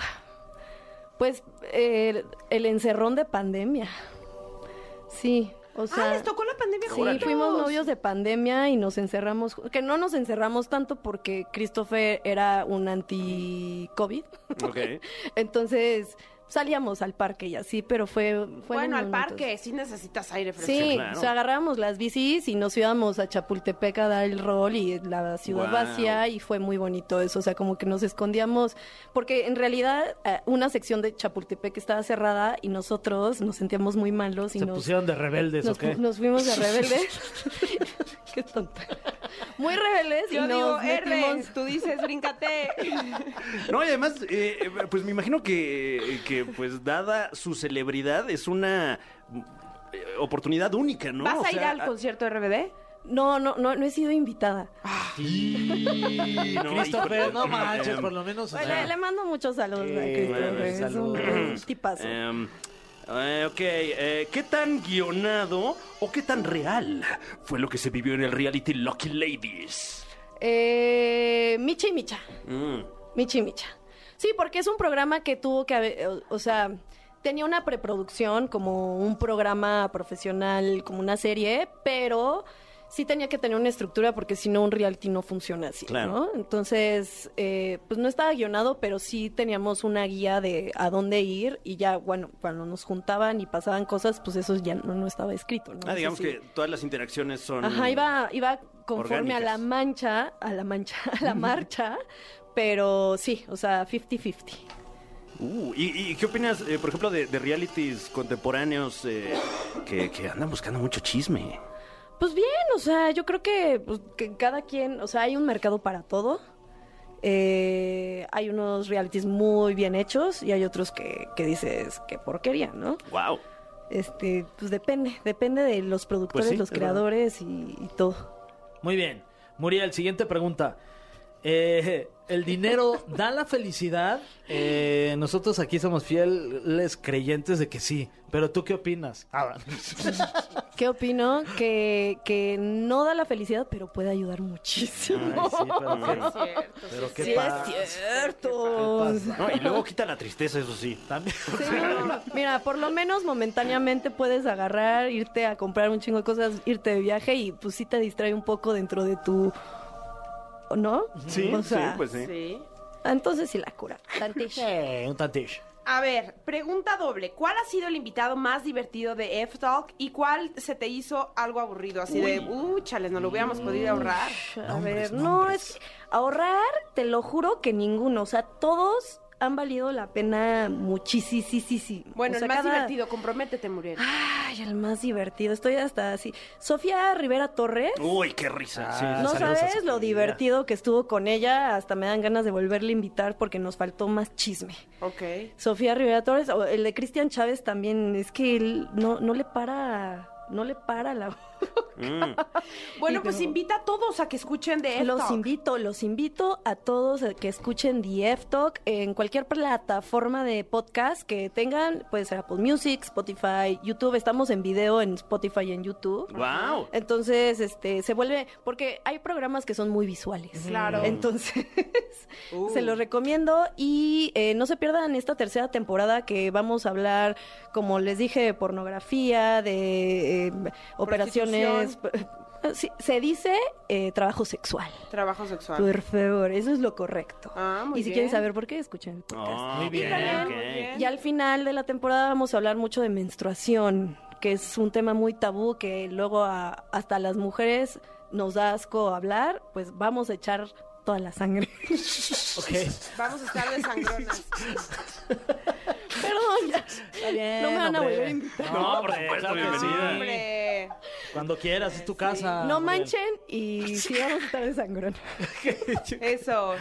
Speaker 5: pues el, el encerrón de pandemia. Sí, o sea.
Speaker 2: ah, les tocó la pandemia
Speaker 5: Sí,
Speaker 2: juntos.
Speaker 5: fuimos novios de pandemia y nos encerramos, ju- que no nos encerramos tanto porque Christopher era un anti-COVID,
Speaker 3: Ok.
Speaker 5: entonces salíamos al parque y así, pero fue... fue
Speaker 2: Bueno, al parque sí necesitas aire fresco.
Speaker 5: Sí,
Speaker 3: claro.
Speaker 5: o sea, agarrábamos las bicis y nos íbamos a Chapultepec a dar el rol y la ciudad
Speaker 3: Guau.
Speaker 5: vacía y fue muy bonito eso, o sea, como que nos escondíamos, porque en realidad eh, una sección de Chapultepec estaba cerrada y nosotros nos sentíamos muy malos y
Speaker 4: Se
Speaker 5: nos...
Speaker 4: pusieron de rebeldes,
Speaker 5: Nos,
Speaker 4: ¿o qué?
Speaker 5: fu- nos fuimos de rebeldes. Qué tonta. Muy rebeldes
Speaker 2: Yo
Speaker 5: y
Speaker 2: digo,
Speaker 5: nos
Speaker 2: R,
Speaker 5: metimos.
Speaker 2: tú dices, bríncate.
Speaker 3: No, y además, eh, eh, pues me imagino que, que, pues, dada su celebridad, es una eh, oportunidad única, ¿no?
Speaker 2: ¿Vas
Speaker 3: O
Speaker 2: a ir
Speaker 3: sea,
Speaker 4: ah,
Speaker 2: al concierto de RBD?
Speaker 5: No, no, no, no he sido invitada.
Speaker 4: Sí,
Speaker 3: no,
Speaker 4: Christopher,
Speaker 3: hijo,
Speaker 4: no
Speaker 3: eh,
Speaker 4: manches,
Speaker 3: eh,
Speaker 4: por lo menos. o
Speaker 5: Bueno,
Speaker 4: sea,
Speaker 5: le mando muchos saludos a
Speaker 4: Eh,
Speaker 5: Christopher,
Speaker 4: bueno,
Speaker 5: es un
Speaker 4: saludos.
Speaker 5: tipazo.
Speaker 3: Em, eh, ok, eh, ¿qué tan guionado o qué tan real fue lo que se vivió en el reality Lucky Ladies?
Speaker 5: Eh, Micha y Micha.
Speaker 3: Mm.
Speaker 5: Michi y Micha. Sí, porque es un programa que tuvo que haber, eh, o- o sea, tenía una preproducción como un programa profesional, como una serie, pero sí tenía que tener una estructura porque si no un reality no funciona así,
Speaker 3: Claro.
Speaker 5: ¿no? Entonces, eh, pues no estaba guionado, pero sí teníamos una guía de a dónde ir y ya, bueno, cuando nos juntaban y pasaban cosas, pues eso ya no, no estaba escrito, ¿no?
Speaker 3: Ah, digamos
Speaker 5: Eso sí.
Speaker 3: que todas las interacciones son.
Speaker 5: Ajá, iba, iba conforme a
Speaker 3: orgánicas.
Speaker 5: la mancha, a la mancha, a la marcha, pero sí, o sea, 50-50.
Speaker 3: Uh, ¿y, y qué opinas, eh, por ejemplo, de, de realities contemporáneos eh, que, que andan buscando mucho chisme?
Speaker 5: Pues bien, o sea, yo creo que, pues, que cada quien, o sea, hay un mercado para todo. Eh, hay unos realities muy bien hechos y hay otros que, que dices que porquería, ¿no?
Speaker 3: ¡Wow!
Speaker 5: Este, pues depende, depende de los productores,
Speaker 3: Pues sí, es
Speaker 5: los
Speaker 3: verdad.
Speaker 5: creadores y, y todo.
Speaker 4: Muy bien. Muriel, siguiente pregunta. Eh, ¿El dinero da la felicidad? Eh, nosotros aquí somos fieles creyentes de que sí. Pero tú qué opinas? Ah, Ahora.
Speaker 5: ¿Qué opino? Que, que no da la felicidad, pero puede ayudar muchísimo.
Speaker 4: Ay, sí, pero qué- pero qué
Speaker 5: Sí,
Speaker 4: pa-
Speaker 5: es cierto.
Speaker 4: qué pasa.
Speaker 3: No, y luego quita la tristeza, eso sí.
Speaker 4: También-
Speaker 5: Sí, Mira, por lo menos momentáneamente puedes agarrar, irte a comprar un chingo de cosas, irte de viaje y pues sí te distrae un poco dentro de tu... ¿o ¿No?
Speaker 3: Sí,
Speaker 5: O sea,
Speaker 3: sí, pues sí.
Speaker 2: Sí.
Speaker 5: Entonces sí la cura. Tantish.
Speaker 4: Eh, un tantish.
Speaker 2: A ver, pregunta doble. ¿Cuál ha sido el invitado más divertido de F-Talk y cuál se te hizo algo aburrido? Así de, uh, chales, no lo hubiéramos podido
Speaker 5: Mm.
Speaker 2: ahorrar.
Speaker 5: A ver, no, es que ahorrar, te lo juro que ninguno. O sea, todos han valido la pena muchísimo.
Speaker 2: Bueno,
Speaker 5: O sea,
Speaker 2: el más
Speaker 5: cada- Ah.
Speaker 2: divertido, comprométete, Muriel.
Speaker 5: Ay, el más divertido. Estoy hasta así. Sofía Rivera Torres.
Speaker 3: Uy, qué risa.
Speaker 4: Ah,
Speaker 3: sí, sí,
Speaker 5: No
Speaker 3: sí.
Speaker 4: saludos a
Speaker 5: sabes lo
Speaker 4: Sofía.
Speaker 5: divertido que estuvo con ella, hasta me dan ganas de volverle a invitar porque nos faltó más chisme.
Speaker 2: Ok.
Speaker 5: Sofía Rivera Torres, o el de Cristian Chávez también, es que él no, no le para, no le para la...
Speaker 3: Mm.
Speaker 2: Bueno,
Speaker 5: Y
Speaker 2: pues
Speaker 5: luego-
Speaker 2: invita a todos a que escuchen de F-Talk.
Speaker 5: Los invito, los invito a todos a que escuchen The F-Talk en cualquier plataforma de podcast que tengan, puede ser Apple Music, Spotify, YouTube, estamos en video en Spotify y en YouTube.
Speaker 3: ¡Wow!
Speaker 5: Entonces, este, se vuelve, porque hay programas que son muy visuales.
Speaker 2: Claro.
Speaker 5: Entonces,
Speaker 2: Uh.
Speaker 5: se los recomiendo y eh, no se pierdan esta tercera temporada que vamos a hablar, como les dije, de pornografía, de eh, operaciones. Sí, se dice eh, trabajo sexual.
Speaker 2: Trabajo sexual.
Speaker 5: Por favor, eso es lo correcto.
Speaker 2: Ah, muy
Speaker 5: y si
Speaker 2: bien.
Speaker 5: quieren saber por qué, escuchen el podcast.
Speaker 3: Ah,
Speaker 4: Muy bien,
Speaker 3: ok.
Speaker 2: muy bien.
Speaker 5: Y al final de la temporada vamos a hablar mucho de menstruación, que es un tema muy tabú que luego a- hasta a las mujeres nos da asco hablar, pues vamos a echar toda la sangre.
Speaker 4: Ok.
Speaker 2: Vamos a estar de sangronas.
Speaker 5: Perdón, ya. no me van a volver a invitar.
Speaker 3: No, por supuesto,
Speaker 4: claro que
Speaker 3: bienvenida.
Speaker 4: sí.
Speaker 2: Hombre.
Speaker 4: Cuando quieras, es tu casa.
Speaker 5: No
Speaker 4: Muriel.
Speaker 5: manchen y sí vamos a estar de sangrón.
Speaker 2: Eso.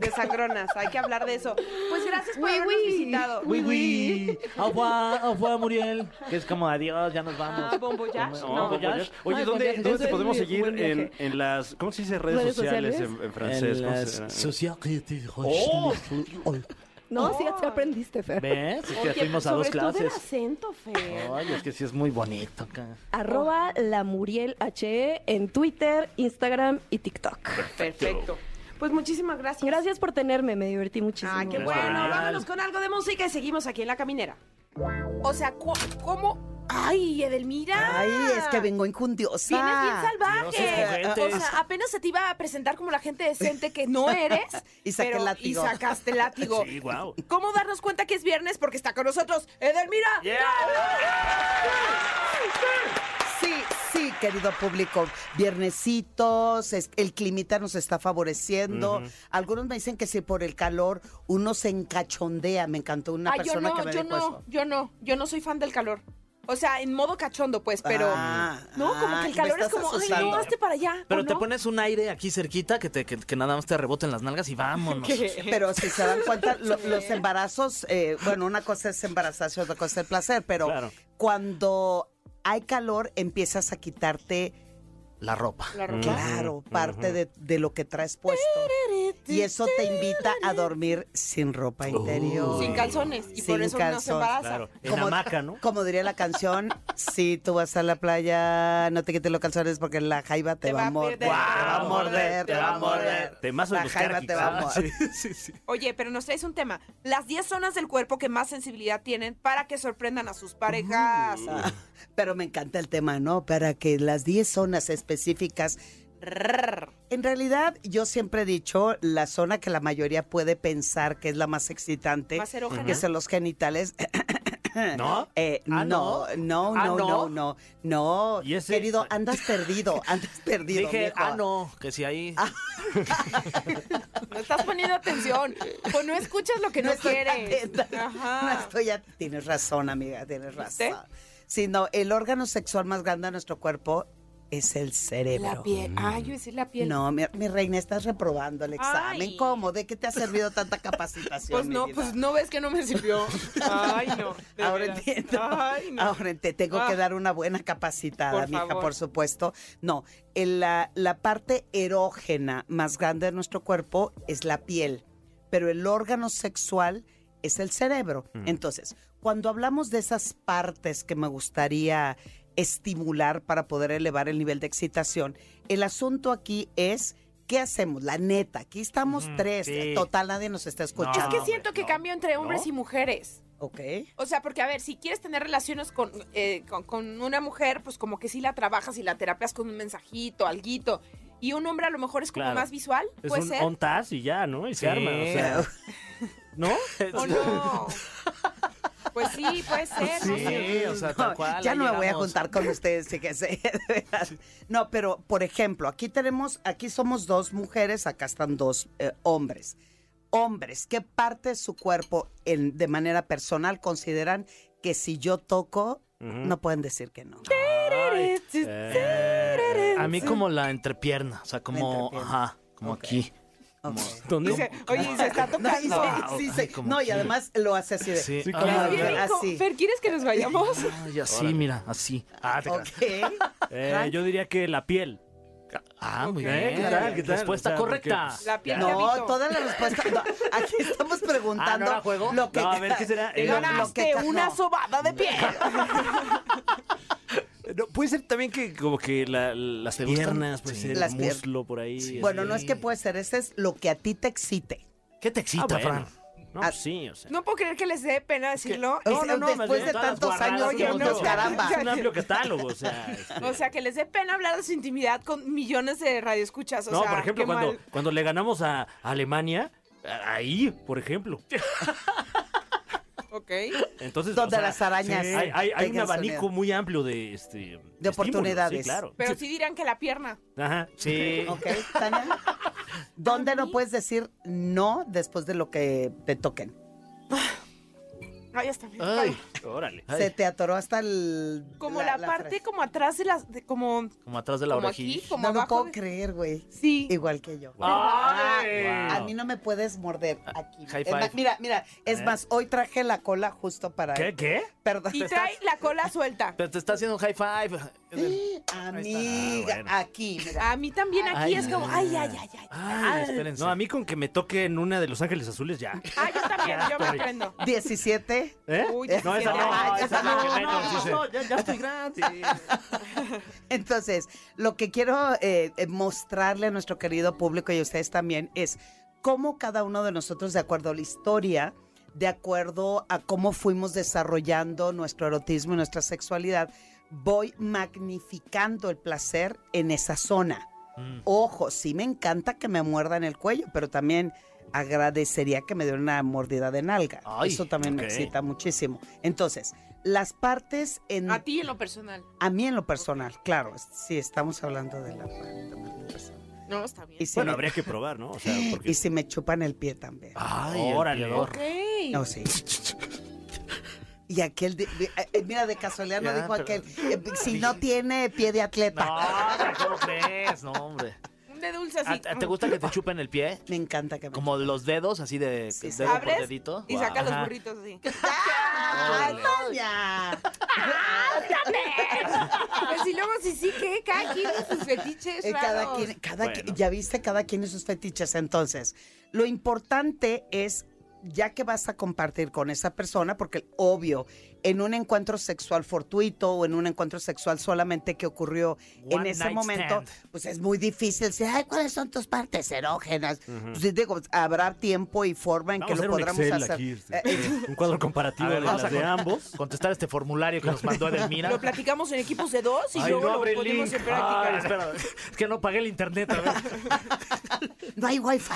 Speaker 2: De sangronas. Hay que hablar de eso. Pues gracias por
Speaker 5: Oui,
Speaker 2: habernos
Speaker 5: oui.
Speaker 2: visitado.
Speaker 4: Uy, uy. Au revoir, au revoir, Muriel. Que es como adiós, ya nos vamos.
Speaker 2: Ah, bon voyage.
Speaker 3: No,
Speaker 2: No.
Speaker 3: pues ya.
Speaker 4: Voyage.
Speaker 3: Oye,
Speaker 5: Ay,
Speaker 3: ¿dónde,
Speaker 5: Voyage,
Speaker 3: ¿dónde
Speaker 5: ese
Speaker 3: te
Speaker 5: es
Speaker 3: podemos
Speaker 5: mi-
Speaker 3: seguir
Speaker 5: buen viaje.
Speaker 3: en, en las. ¿Cómo se dice redes,
Speaker 5: ¿Redes
Speaker 3: sociales,
Speaker 5: sociales?
Speaker 3: En, en francés? ¿Cómo se
Speaker 4: las
Speaker 3: dirá?
Speaker 4: sociétés
Speaker 3: Oh.
Speaker 4: Hoy.
Speaker 5: No, sí, ya te aprendiste, Fer.
Speaker 4: ¿Ves? Es que
Speaker 2: Oye,
Speaker 4: fuimos a
Speaker 2: sobre
Speaker 4: dos
Speaker 2: todo el
Speaker 4: clases.
Speaker 2: acento, Fer.
Speaker 4: Ay, es que sí es muy bonito acá.
Speaker 5: Arroba la Muriel HE en Twitter, Instagram y TikTok.
Speaker 2: Perfecto. Pues muchísimas gracias.
Speaker 5: Gracias por tenerme, me divertí muchísimo.
Speaker 2: Ah, qué
Speaker 3: Gracias,
Speaker 2: bueno.
Speaker 3: Miguel.
Speaker 2: Vámonos con algo de música y seguimos aquí en La Caminera. O sea, cu- ¿cómo? ¡Ay, Edelmira!
Speaker 8: Ay, es que vengo enjundiosa.
Speaker 2: Vienes bien salvaje.
Speaker 4: Dios,
Speaker 2: o
Speaker 4: escogetes.
Speaker 2: sea, apenas se te iba a presentar como la gente decente que no eres.
Speaker 8: Y saqué
Speaker 2: pero-
Speaker 8: el látigo.
Speaker 2: Y sacaste el látigo.
Speaker 3: Sí, guau.
Speaker 2: ¿Cómo darnos cuenta que es viernes? Porque está con nosotros Edelmira.
Speaker 8: Sí, sí, querido público. Viernesitos, es- el climita nos está favoreciendo. Algunos me dicen que si por el calor uno se encachondea. Me encantó una
Speaker 2: Ah, yo
Speaker 8: persona
Speaker 2: no,
Speaker 8: que me
Speaker 2: yo
Speaker 8: dijo
Speaker 2: no,
Speaker 8: eso.
Speaker 2: yo no, yo no soy fan del calor. O sea, en modo cachondo, pues, pero.
Speaker 8: Ah,
Speaker 2: no, como
Speaker 8: ah,
Speaker 2: que el
Speaker 8: me
Speaker 2: calor es
Speaker 8: estás
Speaker 2: como, ay,
Speaker 8: asustando.
Speaker 2: no, hazte para allá.
Speaker 9: Pero
Speaker 2: ¿o
Speaker 9: te
Speaker 2: no?
Speaker 9: pones un aire aquí cerquita que, te, que, que nada más te reboten las nalgas y vámonos.
Speaker 8: Pero si se dan cuenta, lo- los embarazos, eh, bueno, una cosa es embarazarse, otra cosa es el placer, pero
Speaker 9: Claro.
Speaker 8: cuando hay calor empiezas a quitarte la ropa.
Speaker 2: La ropa.
Speaker 8: Claro, parte de, de lo que traes puesto. Y eso te invita a dormir sin ropa interior.
Speaker 2: Sin calzones. Y por eso
Speaker 8: Sin
Speaker 2: no se
Speaker 8: calzón.
Speaker 2: embaraza.
Speaker 7: Claro, en hamaca, ¿no?
Speaker 8: Como diría la canción, si tú vas a la playa, no te quites los calzones porque la jaiba te, va, a morder.
Speaker 2: perder, te va a morder,
Speaker 8: te va a morder.
Speaker 7: Temazo de
Speaker 8: La
Speaker 7: los
Speaker 8: jaiba te
Speaker 7: Carquis,
Speaker 8: va a
Speaker 7: ¿eh?
Speaker 8: morder.
Speaker 2: Oye, pero nos traes un tema. Las 10 zonas del cuerpo que más sensibilidad tienen para que sorprendan a sus parejas. Ah,
Speaker 8: Pero me encanta el tema, ¿no? Para que las 10 zonas específicas... En realidad, yo siempre he dicho, la zona que la mayoría puede pensar que es la más excitante,
Speaker 2: Más erógena.
Speaker 8: que son los genitales.
Speaker 7: ¿No?
Speaker 8: Eh,
Speaker 4: Ah,
Speaker 8: no, no,
Speaker 4: Ah,
Speaker 8: no, no,
Speaker 4: no.
Speaker 8: no, no.
Speaker 7: ¿Y ese?
Speaker 8: Querido, andas perdido, andas perdido.
Speaker 9: Dije,
Speaker 8: mijo.
Speaker 9: ah, no, que si ahí.
Speaker 2: No estás poniendo atención. O no escuchas lo que no,
Speaker 8: estoy
Speaker 2: quieres.
Speaker 8: atenta.
Speaker 2: Ajá.
Speaker 8: No estoy at- Tienes razón, amiga, tienes
Speaker 2: Ah. ¿Viste?
Speaker 8: razón. Sí, no, el órgano sexual más grande de nuestro cuerpo es el cerebro.
Speaker 2: La piel. Ay, yo decir la piel.
Speaker 8: Mm. No, mi, mi reina, estás reprobando el examen.
Speaker 2: Ay.
Speaker 8: ¿Cómo? ¿De qué te ha servido tanta capacitación?
Speaker 2: Pues
Speaker 8: mi
Speaker 2: no,
Speaker 8: vida?
Speaker 2: pues no ves que no me sirvió. Ay, no. de
Speaker 8: Ahora
Speaker 2: veras.
Speaker 8: entiendo.
Speaker 2: Ay, no.
Speaker 8: Ahora te tengo que
Speaker 2: Ah.
Speaker 8: dar una buena capacitada,
Speaker 2: Por
Speaker 8: mija,
Speaker 2: favor.
Speaker 8: por supuesto. No, en la, la parte erógena más grande de nuestro cuerpo es la piel, pero el órgano sexual es el cerebro. Entonces, cuando hablamos de esas partes que me gustaría estimular para poder elevar el nivel de excitación, el asunto aquí es... ¿Qué hacemos? La neta, aquí estamos tres.
Speaker 4: sí.
Speaker 8: Total, nadie nos está escuchando.
Speaker 2: Es que siento que cambio entre hombres y mujeres.
Speaker 8: Ok.
Speaker 2: O sea, porque a ver, si quieres tener relaciones con, eh, con, con una mujer, pues como que sí la trabajas y la terapias con un mensajito, alguito. Y un hombre a lo mejor es como
Speaker 7: Claro.
Speaker 2: más visual,
Speaker 7: Es
Speaker 2: puede
Speaker 7: un
Speaker 2: ser.
Speaker 7: on task y ya, ¿no? Y se arma. O sea, ¿No?
Speaker 2: ¿O no? Pues sí, puede ser. no sé.
Speaker 9: Sí, o sea, tal cual.
Speaker 8: ya
Speaker 9: ahí
Speaker 8: no me voy a
Speaker 9: llegamos.
Speaker 8: juntar con ustedes, fíjense. de veras. No, pero por ejemplo, aquí tenemos, aquí somos dos mujeres, acá están dos eh, hombres. Hombres, ¿qué parte de su cuerpo en- de manera personal consideran que si yo toco, no pueden decir que no?
Speaker 7: Ay, eh,
Speaker 9: A mí como la entrepierna, o sea,
Speaker 8: La
Speaker 9: como,
Speaker 8: entrepierna.
Speaker 9: ajá, como
Speaker 8: Ok.
Speaker 9: aquí.
Speaker 8: Ok.
Speaker 7: ¿Dónde?
Speaker 2: Dice, oye, y se está
Speaker 8: No, y, se-
Speaker 2: tocando.
Speaker 9: Ay,
Speaker 8: sí, se-
Speaker 9: como
Speaker 8: no, y
Speaker 9: que-
Speaker 8: además lo hace así de...
Speaker 9: Sí,
Speaker 7: Sí,
Speaker 9: ah,
Speaker 7: como-
Speaker 2: Ay, bien rico.
Speaker 8: Así.
Speaker 2: Fer, ¿quieres que nos vayamos?
Speaker 9: ay, así, mira, así.
Speaker 7: Ah,
Speaker 8: Oh,
Speaker 7: te creas.
Speaker 8: Ok.
Speaker 7: Eh, yo diría que la piel.
Speaker 9: Ah, muy
Speaker 7: Ok,
Speaker 9: bien.
Speaker 7: ¿qué tal, qué tal?
Speaker 9: Respuesta
Speaker 7: O sea, porque,
Speaker 9: correcta.
Speaker 7: pues,
Speaker 2: La piel de
Speaker 8: No,
Speaker 2: Javito.
Speaker 8: toda la respuesta. no, aquí estamos preguntando
Speaker 9: Ah, ¿no la juego?
Speaker 8: lo que
Speaker 7: No, a ver, ¿qué será?
Speaker 2: Te
Speaker 7: Eh,
Speaker 8: lo- lo que
Speaker 2: ganaste
Speaker 8: ca-
Speaker 2: una
Speaker 8: no.
Speaker 2: sobada de piel.
Speaker 7: No, puede ser también que como que la- las
Speaker 9: gustan?
Speaker 7: piernas, puede
Speaker 9: Sí.
Speaker 7: ser
Speaker 8: Las
Speaker 7: el
Speaker 8: pier-
Speaker 7: muslo por ahí. así.
Speaker 8: Bueno,
Speaker 3: Ah,
Speaker 8: no es que puede ser, ese es lo que a ti te excite.
Speaker 9: ¿Qué te
Speaker 7: Ah,
Speaker 9: excita,
Speaker 7: bueno.
Speaker 9: Fran?
Speaker 7: No,
Speaker 8: Ah.
Speaker 7: pues sí, o sea.
Speaker 2: No puedo creer que les dé pena decirlo.
Speaker 8: Es-
Speaker 7: No, no, no, más
Speaker 8: después
Speaker 7: bien
Speaker 8: de
Speaker 7: todas las
Speaker 8: tantos años,
Speaker 7: guarradas que
Speaker 8: oye,
Speaker 7: hemos
Speaker 2: no,
Speaker 7: dicho.
Speaker 8: caramba.
Speaker 7: Es un amplio catálogo, o sea. este,
Speaker 2: O sea, que les dé pena hablar de su intimidad con millones de radioescuchas. O
Speaker 7: no,
Speaker 2: sea,
Speaker 7: por ejemplo,
Speaker 2: qué
Speaker 7: cuando,
Speaker 2: mal.
Speaker 7: cuando le ganamos a Alemania, a- ahí, por ejemplo.
Speaker 2: Ok.
Speaker 7: Entonces,
Speaker 8: Donde las arañas
Speaker 7: Hay, hay- hay un
Speaker 8: tengan
Speaker 7: abanico
Speaker 8: sonido.
Speaker 7: muy amplio de, este, estímulos, sí,
Speaker 8: oportunidades.
Speaker 7: claro.
Speaker 2: Pero sí dirán que la pierna.
Speaker 7: Ajá, sí.
Speaker 8: Ok, Tania. ¿Dónde no puedes decir no después de lo que te toquen?
Speaker 2: Ay, hasta me-
Speaker 9: Ay,
Speaker 7: Órale.
Speaker 8: Se te atoró hasta el.
Speaker 2: Como la, parte,
Speaker 8: frase.
Speaker 2: como atrás de las. de- como,
Speaker 9: como atrás de la
Speaker 2: como
Speaker 9: orejilla.
Speaker 2: aquí, como
Speaker 8: No lo
Speaker 2: abajo.
Speaker 8: puedo
Speaker 2: de-
Speaker 8: creer, güey.
Speaker 2: Sí.
Speaker 8: Igual que yo.
Speaker 7: ¡Ay!
Speaker 8: A mí no me puedes morder aquí.
Speaker 9: Ah, High
Speaker 8: Es más,
Speaker 9: five.
Speaker 8: mira, mira, es
Speaker 7: ¿Eh?
Speaker 8: más, hoy traje la cola justo para.
Speaker 7: ¿Qué? ¿Qué?
Speaker 8: Perdón.
Speaker 2: Y trae la cola suelta.
Speaker 9: Pero te está haciendo un high five. Ah,
Speaker 8: Amiga, aquí, mira.
Speaker 2: A mí también aquí
Speaker 9: Ay,
Speaker 2: es como, ay, ay, ay, ay.
Speaker 9: Ay, espérense.
Speaker 7: No, a mí con que me toque en una de Los Ángeles Azules ya.
Speaker 2: Ah, yo también, yo me prendo.
Speaker 8: 17.
Speaker 7: ¿Eh?
Speaker 2: Uy,
Speaker 7: no, esa no,
Speaker 8: ay,
Speaker 7: esa no,
Speaker 8: ay,
Speaker 7: no, no, no, ya, ya estoy grande.
Speaker 8: Entonces, lo que quiero eh, eh, mostrarle a nuestro querido público y a ustedes también es cómo cada uno de nosotros, de acuerdo a la historia, de acuerdo a cómo fuimos desarrollando nuestro erotismo y nuestra sexualidad, voy magnificando el placer en esa zona. Ojo, sí me encanta que me muerdan el cuello, pero también agradecería que me dieran una mordida de nalga.
Speaker 9: Ay,
Speaker 8: Eso también me
Speaker 7: ok.
Speaker 8: excita muchísimo. Entonces, las partes en...
Speaker 2: A ti en lo personal.
Speaker 8: A mí en lo personal, claro, sí estamos hablando de la parte personal.
Speaker 2: No, está bien.
Speaker 8: Y si,
Speaker 7: Bueno,
Speaker 8: me,
Speaker 7: habría que probar, ¿no? O sea, porque...
Speaker 8: y si me chupan el pie también.
Speaker 9: Ah. Ay,
Speaker 7: Órale.
Speaker 9: órale.
Speaker 2: Ok.
Speaker 8: No, sí. Y aquel, de- de- eh, eh, mira, de casualidad no
Speaker 9: Ya,
Speaker 8: dijo aquel,
Speaker 9: pero-
Speaker 8: eh, si no tiene pie de atleta.
Speaker 9: Ah, No, ¿cómo crees? No, hombre.
Speaker 2: Un de dulce
Speaker 9: ¿A-
Speaker 2: así.
Speaker 9: Ah, ¿Te gusta que te chupen el pie?
Speaker 8: Me encanta que me
Speaker 9: Como los dedos, así de
Speaker 8: Sí, sí.
Speaker 9: dedo por
Speaker 2: Abres
Speaker 9: dedito.
Speaker 2: Y saca los
Speaker 9: Ajá.
Speaker 2: burritos así. Pues
Speaker 8: ¡Ah, Tania!
Speaker 2: Pues si
Speaker 6: luego sí, sí, que cada quien con sus fetiches
Speaker 8: Eh, cada
Speaker 6: raros.
Speaker 8: quien, cada
Speaker 3: Bueno.
Speaker 8: quien- ya viste, cada quien y sus fetiches. Entonces, lo importante es, ya que vas a compartir con esa persona, porque obvio, en un encuentro sexual fortuito o en un encuentro sexual solamente que ocurrió en
Speaker 7: One
Speaker 8: ese
Speaker 7: night
Speaker 8: momento,
Speaker 7: stand.
Speaker 8: pues es muy difícil decir, ay, ¿cuáles son tus partes erógenas? Pues, digo, habrá tiempo y forma en
Speaker 7: Vamos a
Speaker 8: que
Speaker 7: hacer
Speaker 8: lo
Speaker 7: un
Speaker 8: podremos
Speaker 7: Excel
Speaker 8: hacer.
Speaker 7: aquí,
Speaker 8: Eh, eh,
Speaker 7: un cuadro comparativo
Speaker 3: A ver,
Speaker 7: de,
Speaker 3: vamos
Speaker 7: las
Speaker 3: a
Speaker 7: de
Speaker 3: con-
Speaker 7: ambos.
Speaker 9: Contestar este formulario que nos mandó Edelmira.
Speaker 2: Lo platicamos en equipos de dos y
Speaker 7: Ay,
Speaker 2: luego
Speaker 7: no
Speaker 2: lo
Speaker 7: abre el
Speaker 2: ponemos
Speaker 7: link.
Speaker 2: en práctica.
Speaker 7: Ay, espera, es que no pagué el internet. A ver.
Speaker 8: no hay wifi.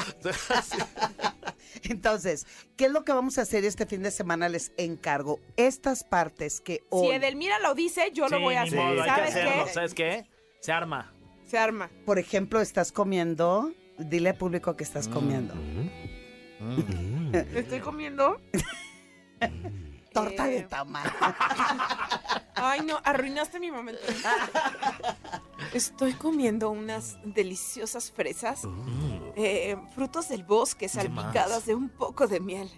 Speaker 8: Entonces, ¿qué es lo que vamos a hacer este fin de semana? Les encargo estas partes que hoy...
Speaker 2: Si Edelmira lo dice, yo lo
Speaker 7: Sí,
Speaker 2: voy a
Speaker 7: ni
Speaker 2: hacer.
Speaker 7: modo, hay que
Speaker 2: ¿Sabes
Speaker 7: hacerlo.
Speaker 2: qué?
Speaker 7: ¿Sabes qué? Se arma.
Speaker 2: Se arma.
Speaker 8: por ejemplo, estás comiendo, dile al público que estás comiendo.
Speaker 2: Me estoy comiendo.
Speaker 8: Torta de
Speaker 2: Eh.
Speaker 8: tamal.
Speaker 2: Ay, no, arruinaste mi momento. Estoy comiendo unas deliciosas fresas, eh, frutos del bosque salpicadas de un poco de miel,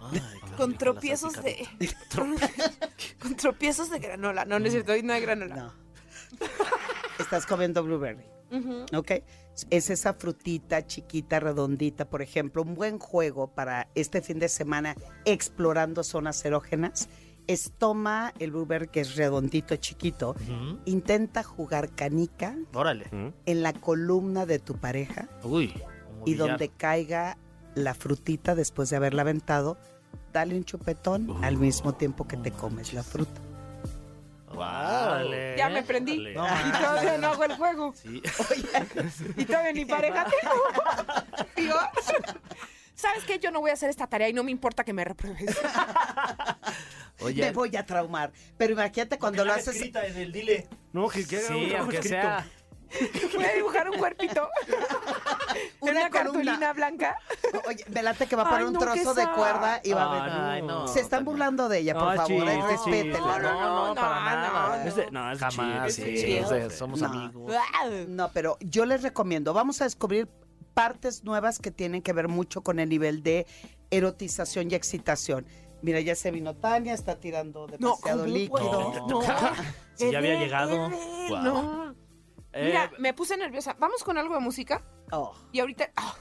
Speaker 2: con tropiezos de... Con, con tropiezos de granola. No, no es cierto, hoy no hay granola.
Speaker 8: No. estás comiendo blueberry. ¿Ok? Es esa frutita chiquita, redondita, por ejemplo. Un buen juego para este fin de semana explorando zonas erógenas es toma el blueberry que es redondito, chiquito. Intenta jugar canica
Speaker 9: Órale.
Speaker 8: en la columna de tu pareja.
Speaker 3: Mm.
Speaker 9: Uy.
Speaker 8: y donde caiga la frutita después de haberla aventado, dale un chupetón al mismo tiempo que te comes la fruta.
Speaker 9: Órale.
Speaker 2: Ya me prendí.
Speaker 9: No,
Speaker 2: y todavía no hago el juego. Y todavía ni pareja tengo. Digo, ¿sabes qué? Yo no voy a hacer esta tarea y no me importa que me repruebes.
Speaker 8: Me voy a traumar. Pero imagínate cuando lo haces.
Speaker 7: en el dile.
Speaker 3: No, que, que haga un
Speaker 7: Sí,
Speaker 3: trabajo
Speaker 7: aunque
Speaker 3: escrito.
Speaker 7: sea.
Speaker 2: Voy a dibujar un cuerpito en una
Speaker 8: columna.
Speaker 2: cartulina blanca.
Speaker 8: Oye, velate que va a poner
Speaker 2: Ay,
Speaker 8: un
Speaker 2: no, qué
Speaker 8: trozo de
Speaker 2: sad.
Speaker 8: cuerda y va a ver.
Speaker 7: Ay, no.
Speaker 8: Se están burlando de ella, por
Speaker 7: Ay,
Speaker 8: favor. eh,
Speaker 7: chiste,
Speaker 8: respétenla.
Speaker 7: chiste.
Speaker 2: No, no,
Speaker 8: No,
Speaker 2: no, no.
Speaker 7: Es de- no, es
Speaker 9: Jamás,
Speaker 7: chido.
Speaker 9: sí,
Speaker 2: chido.
Speaker 9: o sea, somos
Speaker 8: No.
Speaker 9: amigos.
Speaker 8: no, pero yo les recomiendo. Vamos a descubrir partes nuevas que tienen que ver mucho con el nivel de erotización y excitación. Mira, ya se vino Tania, está tirando
Speaker 2: No,
Speaker 8: demasiado
Speaker 2: ¿cómo
Speaker 8: líquido.
Speaker 2: puedes? No.
Speaker 9: Si ya había
Speaker 2: Eve,
Speaker 9: llegado.
Speaker 2: Eve,
Speaker 9: Wow.
Speaker 2: no.
Speaker 7: Eh,
Speaker 2: Mira, me puse nerviosa. Vamos con algo de música
Speaker 8: Oh.
Speaker 2: y ahorita ah,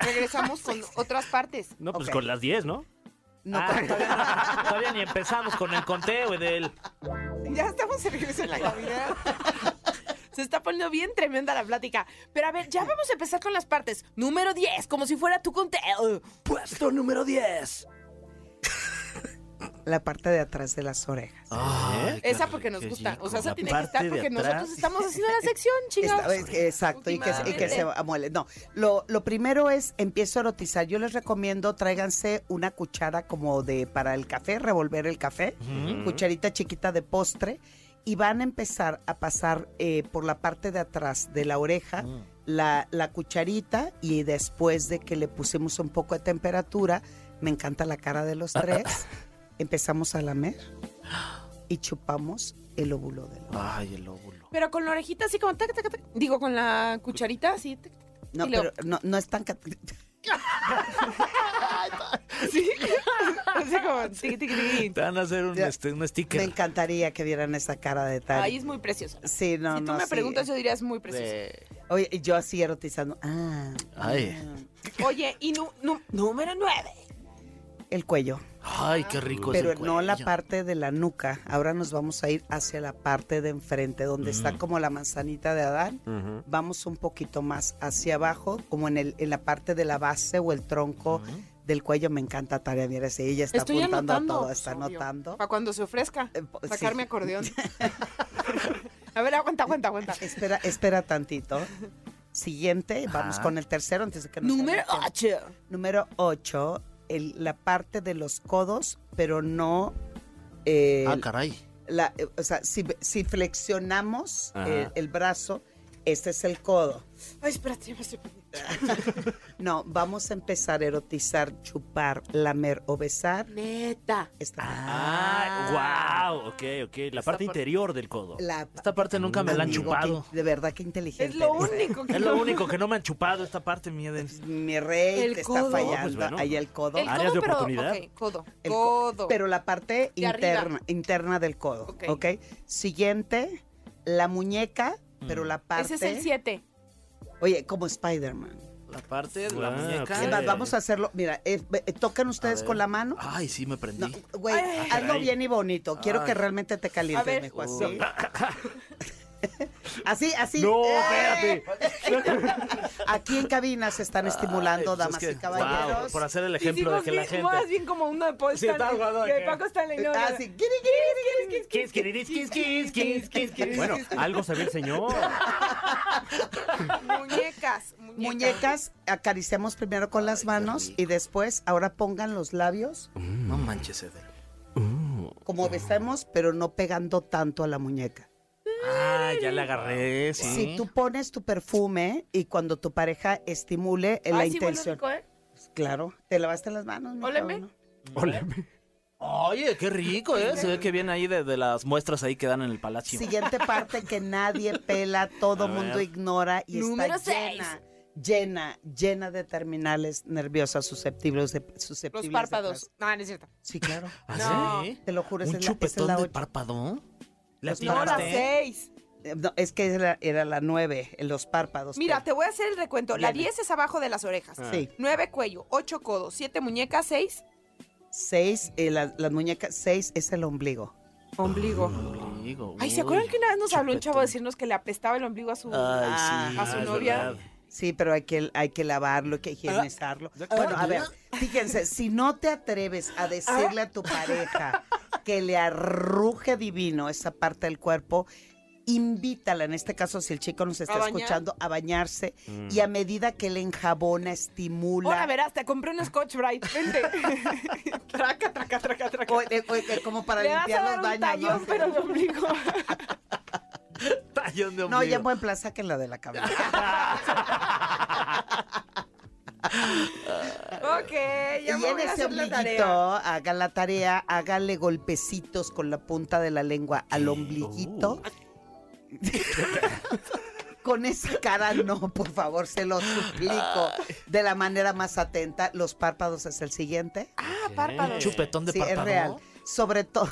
Speaker 2: regresamos con otras partes.
Speaker 7: No, pues
Speaker 8: Ok.
Speaker 7: con las 10, ¿no?
Speaker 8: No,
Speaker 7: Ah, todavía, no- todavía ni empezamos con el conteo del.
Speaker 2: Ya estamos de regreso en la Navidad. Se está poniendo bien tremenda la plática. Pero a ver, ya vamos a empezar con las partes. Número 10, como si fuera tu conteo.
Speaker 7: Puesto número 10.
Speaker 8: la parte de atrás de las orejas.
Speaker 4: ¿Eh?
Speaker 9: Ay, qué
Speaker 2: Esa porque nos
Speaker 9: rico.
Speaker 2: gusta. O sea, esa
Speaker 7: La
Speaker 2: tiene que estar
Speaker 7: parte de
Speaker 2: porque
Speaker 7: atrás.
Speaker 2: nosotros estamos haciendo la sección, chicas.
Speaker 8: Esta vez que- exacto, y que, se- y que se amuele. No, lo, lo primero es empiezo a erotizar. Yo les recomiendo tráiganse una cuchara como de para el café, revolver el café,
Speaker 2: Mm.
Speaker 8: cucharita chiquita de postre, y van a empezar a pasar eh, por la parte de atrás de la oreja. La, la cucharita y después de que le pusimos un poco de temperatura, me encanta la cara de los tres, empezamos a lamer y chupamos el óvulo del óvulo.
Speaker 9: Ay, el óvulo.
Speaker 2: Pero con la orejita así como... tac, tac, tac. digo, con la cucharita así. tac, tac.
Speaker 8: No,
Speaker 2: Y luego-
Speaker 8: pero no, no es tan... cat-
Speaker 2: Sí. Así como... tiqui, tiqui, tiqui.
Speaker 9: Te van a hacer un,
Speaker 8: Ya.
Speaker 9: este, un
Speaker 8: Me
Speaker 9: sticker.
Speaker 8: encantaría que vieran esa cara de tal.
Speaker 2: Ay, es muy preciosa.
Speaker 8: sí, no,
Speaker 2: si tú
Speaker 8: no,
Speaker 2: me
Speaker 8: sí.
Speaker 2: preguntas, yo diría es muy preciosa.
Speaker 8: Oye, y yo así erotizando. Ah.
Speaker 9: Ay.
Speaker 8: ah.
Speaker 2: Oye, y nu- nu- número 9.
Speaker 8: El cuello.
Speaker 9: Ay, qué rico es
Speaker 8: pero
Speaker 9: el
Speaker 8: no la
Speaker 9: cuello.
Speaker 8: parte de la nuca. Ahora nos vamos a ir hacia la parte de enfrente, donde está como la manzanita de Adán. Vamos un poquito más hacia abajo, como en, el, en la parte de la base o el tronco del cuello. Me encanta, Tarea. Mira, sí, ella está
Speaker 2: Estoy
Speaker 8: apuntando
Speaker 2: anotando.
Speaker 8: a todo, está
Speaker 2: Pues, obvio.
Speaker 8: anotando.
Speaker 2: Para cuando se ofrezca.
Speaker 8: Eh, po-
Speaker 2: sacar
Speaker 8: sí.
Speaker 2: mi acordeón. A ver, aguanta, aguanta, aguanta.
Speaker 8: Espera, espera tantito. Siguiente, vamos con el tercero antes de que nos
Speaker 2: Número
Speaker 8: adelantemos.
Speaker 2: 8.
Speaker 8: Número 8, la parte de los codos, pero no... eh,
Speaker 9: Ah, caray.
Speaker 8: la- eh, o sea, si, si flexionamos
Speaker 3: Ajá.
Speaker 8: eh, el brazo, este es el codo.
Speaker 2: Ay, espérate, ya me estoy perdiendo.
Speaker 8: No, vamos a empezar a erotizar, chupar, lamer o besar.
Speaker 2: Neta.
Speaker 8: Esta-
Speaker 7: Ah, wow. Ok, ok. La parte interior del codo.
Speaker 8: la-
Speaker 9: Esta parte nunca me la han
Speaker 8: Amigo,
Speaker 9: chupado.
Speaker 8: qué- de verdad, qué
Speaker 2: Es
Speaker 8: inteligente.
Speaker 2: lo
Speaker 8: eres, ¿eh?
Speaker 2: único que
Speaker 7: Es lo único que no me han chupado esta parte, mi Eden.
Speaker 8: Mi rey,
Speaker 2: El
Speaker 8: te
Speaker 2: codo.
Speaker 8: está fallando.
Speaker 7: Pues bueno.
Speaker 8: Ahí el codo.
Speaker 2: El codo,
Speaker 7: Áreas de
Speaker 2: pero,
Speaker 7: oportunidad.
Speaker 2: ok, codo.
Speaker 8: El co-
Speaker 2: codo.
Speaker 8: Pero la parte
Speaker 2: De arriba.
Speaker 8: interna, interna del codo,
Speaker 2: Ok.
Speaker 8: ¿ok? Siguiente, la muñeca,
Speaker 4: Mm.
Speaker 8: pero la
Speaker 2: Ese
Speaker 8: parte.
Speaker 2: es el 7.
Speaker 8: Oye, como Spider-Man.
Speaker 4: La parte de la
Speaker 3: Ah,
Speaker 4: muñeca.
Speaker 3: ok.
Speaker 8: Es más, Vamos a hacerlo. Mira, eh, eh, tocan ustedes con la mano.
Speaker 4: Ay, Ah, sí, me
Speaker 8: No,
Speaker 4: prendí.
Speaker 8: güey,
Speaker 2: Ay.
Speaker 8: hazlo bien y bonito. Quiero que
Speaker 4: Ay.
Speaker 8: realmente te
Speaker 2: A ver.
Speaker 8: calientes, mijo, así.
Speaker 4: Oh.
Speaker 8: Así, así.
Speaker 3: No,
Speaker 8: ¡Eh!
Speaker 3: espérate.
Speaker 8: Aquí en cabina se están estimulando,
Speaker 4: Ay, pues es
Speaker 8: damas
Speaker 4: que-
Speaker 8: y caballeros.
Speaker 4: wow, por hacer el ejemplo de que la gente.
Speaker 2: más bien como una de Paul
Speaker 3: Sí, estaba
Speaker 2: Stanley,
Speaker 3: jugando
Speaker 2: de
Speaker 3: acá.
Speaker 2: Paco Stanley. no, no, no.
Speaker 8: Así, guiri, guiri, guiri, guiri.
Speaker 3: Kiss, kiss, kiss, kiss, kiss, kiss, kiss. Bueno, algo sabía el señor.
Speaker 10: Muñecas, muñecas.
Speaker 8: Muñecas, acariciamos primero con las manos y después, ahora pongan los labios
Speaker 4: No manches, Edel.
Speaker 8: como besamos, pero no pegando tanto a la muñeca.
Speaker 4: Ah, ya la agarré, sí.
Speaker 8: Si tú pones tu perfume y cuando tu pareja estimule eh, la
Speaker 2: Ay, sí, huele
Speaker 8: intención. Pues,
Speaker 2: rico, ¿eh?
Speaker 8: Claro, te lavaste las manos. mijo,
Speaker 2: Óleme.
Speaker 8: ¿no?
Speaker 4: Oye, qué rico, ¿eh? Se ve que viene ahí de, de las muestras ahí que dan en el palacio.
Speaker 8: Siguiente parte que nadie pela, todo mundo ignora y
Speaker 2: Número
Speaker 8: está
Speaker 2: seis.
Speaker 8: llena, llena, llena de terminales nerviosas susceptibles de susceptibles
Speaker 2: Los
Speaker 8: de
Speaker 2: párpados.
Speaker 8: placer.
Speaker 2: No, no es cierto.
Speaker 8: Sí, claro.
Speaker 4: ¿Ah,
Speaker 2: No.
Speaker 4: sí?
Speaker 8: Te lo juro, esa
Speaker 4: ¿Un
Speaker 8: es la, esa es
Speaker 4: chupetón
Speaker 8: la
Speaker 4: de
Speaker 8: ocho.
Speaker 4: párpado? ¿Le
Speaker 8: Los
Speaker 2: Pues No,
Speaker 8: Claro.
Speaker 2: la
Speaker 4: atinaste?
Speaker 2: seis.
Speaker 8: Eh, no, es que era, era la nueve, eh, los Ah. párpados.
Speaker 2: Mira,
Speaker 8: pero-
Speaker 2: te voy a hacer el recuento. La
Speaker 8: Viene.
Speaker 2: 10 es abajo de las orejas.
Speaker 8: Sí,
Speaker 2: 9 cuello, 8 codos, 7 muñecas, 6
Speaker 8: seis, eh, la- las muñecas, seis es el ombligo.
Speaker 2: ombligo.
Speaker 4: Ombligo,
Speaker 2: Ay, ¿se
Speaker 4: uy.
Speaker 2: acuerdan que una vez nos habló un chavo
Speaker 4: chupetón.
Speaker 2: a decirnos que le apestaba el ombligo a su,
Speaker 4: Ay, sí,
Speaker 2: a
Speaker 7: Ah,
Speaker 2: su
Speaker 4: es
Speaker 2: novia?
Speaker 4: verdad.
Speaker 8: Sí, pero hay que, hay que lavarlo, hay que higienizarlo. Bueno, a ver, fíjense, si no te atreves a decirle a tu pareja que le arruje divino esa parte del cuerpo, invítala, en este caso, si el chico nos está
Speaker 2: ¿A bañar?
Speaker 8: escuchando, a bañarse y a medida que le enjabona,
Speaker 2: Ahora
Speaker 8: estimula.
Speaker 2: verás, te compré un Scotch Bright. Vente. traca, traca, traca, traca.
Speaker 8: O- eh, o- eh, como para
Speaker 2: Le vas a
Speaker 8: limpiar
Speaker 2: dar
Speaker 8: los
Speaker 2: un
Speaker 8: baños.
Speaker 2: tallón,
Speaker 8: ¿no?
Speaker 2: pero de ombligo.
Speaker 4: Tallón de
Speaker 8: No, ya en
Speaker 4: ombligo.
Speaker 8: buen plan, sáquenla de la cabeza.
Speaker 2: ok, ya me voy a
Speaker 8: Llévese
Speaker 2: hacer la
Speaker 8: ombliguito,
Speaker 2: tarea.
Speaker 8: haga la tarea, hágale golpecitos con la punta de la lengua al ombliguito.
Speaker 2: Oh.
Speaker 8: con esa cara no, por favor, se lo suplico. De la manera más atenta, los párpados es el siguiente.
Speaker 2: Ah, párpados.
Speaker 4: Chupetón de
Speaker 8: sí,
Speaker 4: párpado.
Speaker 8: es real. Sobre todo,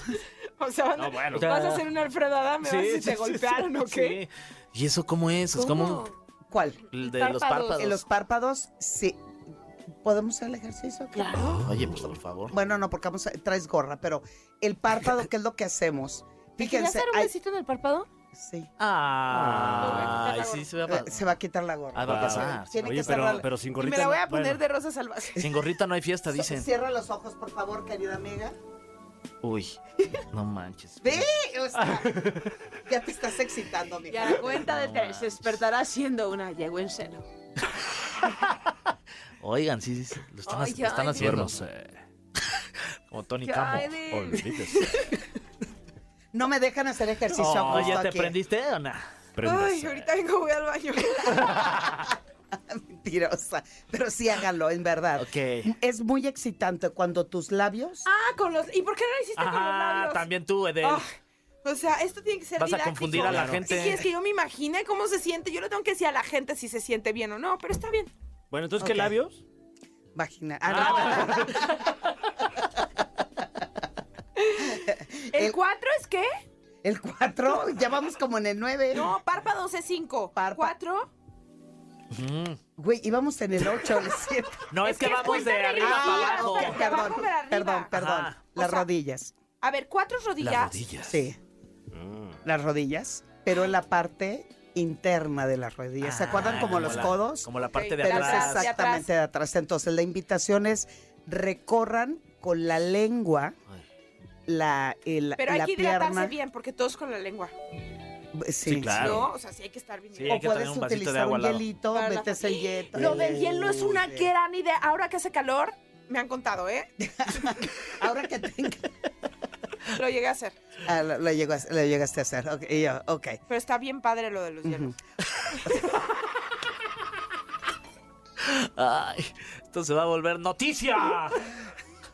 Speaker 2: O sea, van a-
Speaker 3: bueno.
Speaker 2: vas a hacer una Alfredo Adame,
Speaker 4: Sí,
Speaker 2: vas
Speaker 4: sí,
Speaker 2: si te
Speaker 4: sí,
Speaker 2: golpearon o qué.
Speaker 4: Sí. ¿Y eso cómo es? Es como
Speaker 8: ¿cuál?
Speaker 4: el de los
Speaker 2: Párpados.
Speaker 4: párpados.
Speaker 8: En los párpados, sí. ¿Podemos hacer el ejercicio? Claro.
Speaker 4: Oye, pues por favor.
Speaker 8: Bueno, no, porque vamos a- traes gorra, pero el párpado, ¿qué es lo que hacemos?
Speaker 2: ¿Te querías
Speaker 8: Fíjense,
Speaker 2: dar un
Speaker 8: hay-
Speaker 2: besito en el párpado?
Speaker 8: sí,
Speaker 4: Ay,
Speaker 2: Ay,
Speaker 4: sí, se va a
Speaker 8: eh, se va a quitar la gorra.
Speaker 4: Ah, va a pasar.
Speaker 8: Tiene
Speaker 3: Oye,
Speaker 8: que
Speaker 3: pero,
Speaker 8: cerrar-
Speaker 3: pero sin
Speaker 2: Y
Speaker 3: gorrita.
Speaker 2: me la voy
Speaker 3: no-
Speaker 2: a poner
Speaker 3: bueno.
Speaker 2: de rosa salvaje.
Speaker 4: Sin gorrita no hay fiesta, dicen.
Speaker 8: Cierra los ojos, por favor, querida amiga.
Speaker 4: Uy, no manches.
Speaker 8: Ve, o sea, ya te estás excitando, amiga.
Speaker 2: Y a la cuenta de tres, se despertará siendo una yegua en seno.
Speaker 4: Oigan, sí, sí, sí, lo están,
Speaker 2: Ay,
Speaker 4: ha- lo están
Speaker 2: ay,
Speaker 4: haciendo.
Speaker 3: Como Tony
Speaker 2: Ya,
Speaker 3: Camo.
Speaker 2: Edel.
Speaker 3: Olvídese.
Speaker 8: No me dejan hacer ejercicio a
Speaker 4: Oh,
Speaker 8: gusto
Speaker 4: ¿Ya te
Speaker 8: aquí.
Speaker 4: prendiste o no?
Speaker 2: Ay,
Speaker 3: Préndase.
Speaker 2: ahorita vengo, voy al baño.
Speaker 8: Mentirosa. Pero sí hágalo, en verdad.
Speaker 4: Ok.
Speaker 8: Es muy excitante cuando tus labios.
Speaker 2: Ah, con los. ¿Y por qué no lo hiciste con los
Speaker 4: Ah,
Speaker 2: labios?
Speaker 4: también tú, Edel.
Speaker 2: Ah, o sea, esto tiene que ser
Speaker 4: Vas a
Speaker 2: didáctico.
Speaker 4: confundir a la
Speaker 2: ¿Qué
Speaker 4: gente.
Speaker 2: quieres que yo me imagine cómo se siente? Yo le tengo que decir a la gente si se siente bien o no, pero está bien.
Speaker 3: Bueno, entonces,
Speaker 8: Ok.
Speaker 3: ¿qué labios?
Speaker 8: Vagina. Ah, no.
Speaker 2: ¿El
Speaker 8: El-
Speaker 2: 4 es qué?
Speaker 8: El 4, ya vamos como en el 9.
Speaker 2: No, párpados es 5.
Speaker 8: Párpa-
Speaker 2: 4.
Speaker 8: Güey, íbamos en el 8, lo siento.
Speaker 4: No, es, que, vamos de
Speaker 2: cuentan el
Speaker 4: arriba
Speaker 2: día,
Speaker 4: para
Speaker 8: Ah,
Speaker 4: abajo.
Speaker 2: o sea,
Speaker 8: ok,
Speaker 2: de abajo
Speaker 8: perdón,
Speaker 2: para arriba.
Speaker 8: perdón, perdón.
Speaker 4: Ajá.
Speaker 8: Las
Speaker 2: O sea,
Speaker 8: rodillas.
Speaker 2: A ver, cuatro
Speaker 4: Las
Speaker 2: rodillas.
Speaker 4: rodillas.
Speaker 8: Sí.
Speaker 4: Mm.
Speaker 8: Las rodillas, pero en la parte interna de las rodillas. ¿Se acuerdan
Speaker 4: Ah,
Speaker 8: como, los
Speaker 4: la-
Speaker 8: codos?
Speaker 4: Como la parte de
Speaker 8: pero
Speaker 4: atrás.
Speaker 8: es exactamente de atrás. Entonces, la invitación es recorran con la lengua la, el-
Speaker 2: Pero hay
Speaker 8: la
Speaker 2: que hidratarse
Speaker 8: pierna.
Speaker 2: bien, porque todos con la lengua.
Speaker 8: Sí,
Speaker 3: Sí, claro.
Speaker 2: ¿No? O sea, sí hay que estar bien.
Speaker 3: Sí,
Speaker 8: O
Speaker 3: hay que tener
Speaker 8: puedes
Speaker 3: un vasito
Speaker 8: utilizar
Speaker 3: de agua
Speaker 8: un
Speaker 3: al lado.
Speaker 8: hielito,
Speaker 2: Para la-
Speaker 8: metes el hielo.
Speaker 2: Lo del hielo es una gran idea. Ahora que hace calor, me han contado, ¿eh?
Speaker 8: Ahora que tenga...
Speaker 2: Lo llegué a hacer.
Speaker 8: Ah, lo, lo llegas- lo llegaste a hacer. Ok, y yo, ok.
Speaker 2: Pero está bien padre lo de los hielos.
Speaker 4: Ay, esto se va a volver noticia.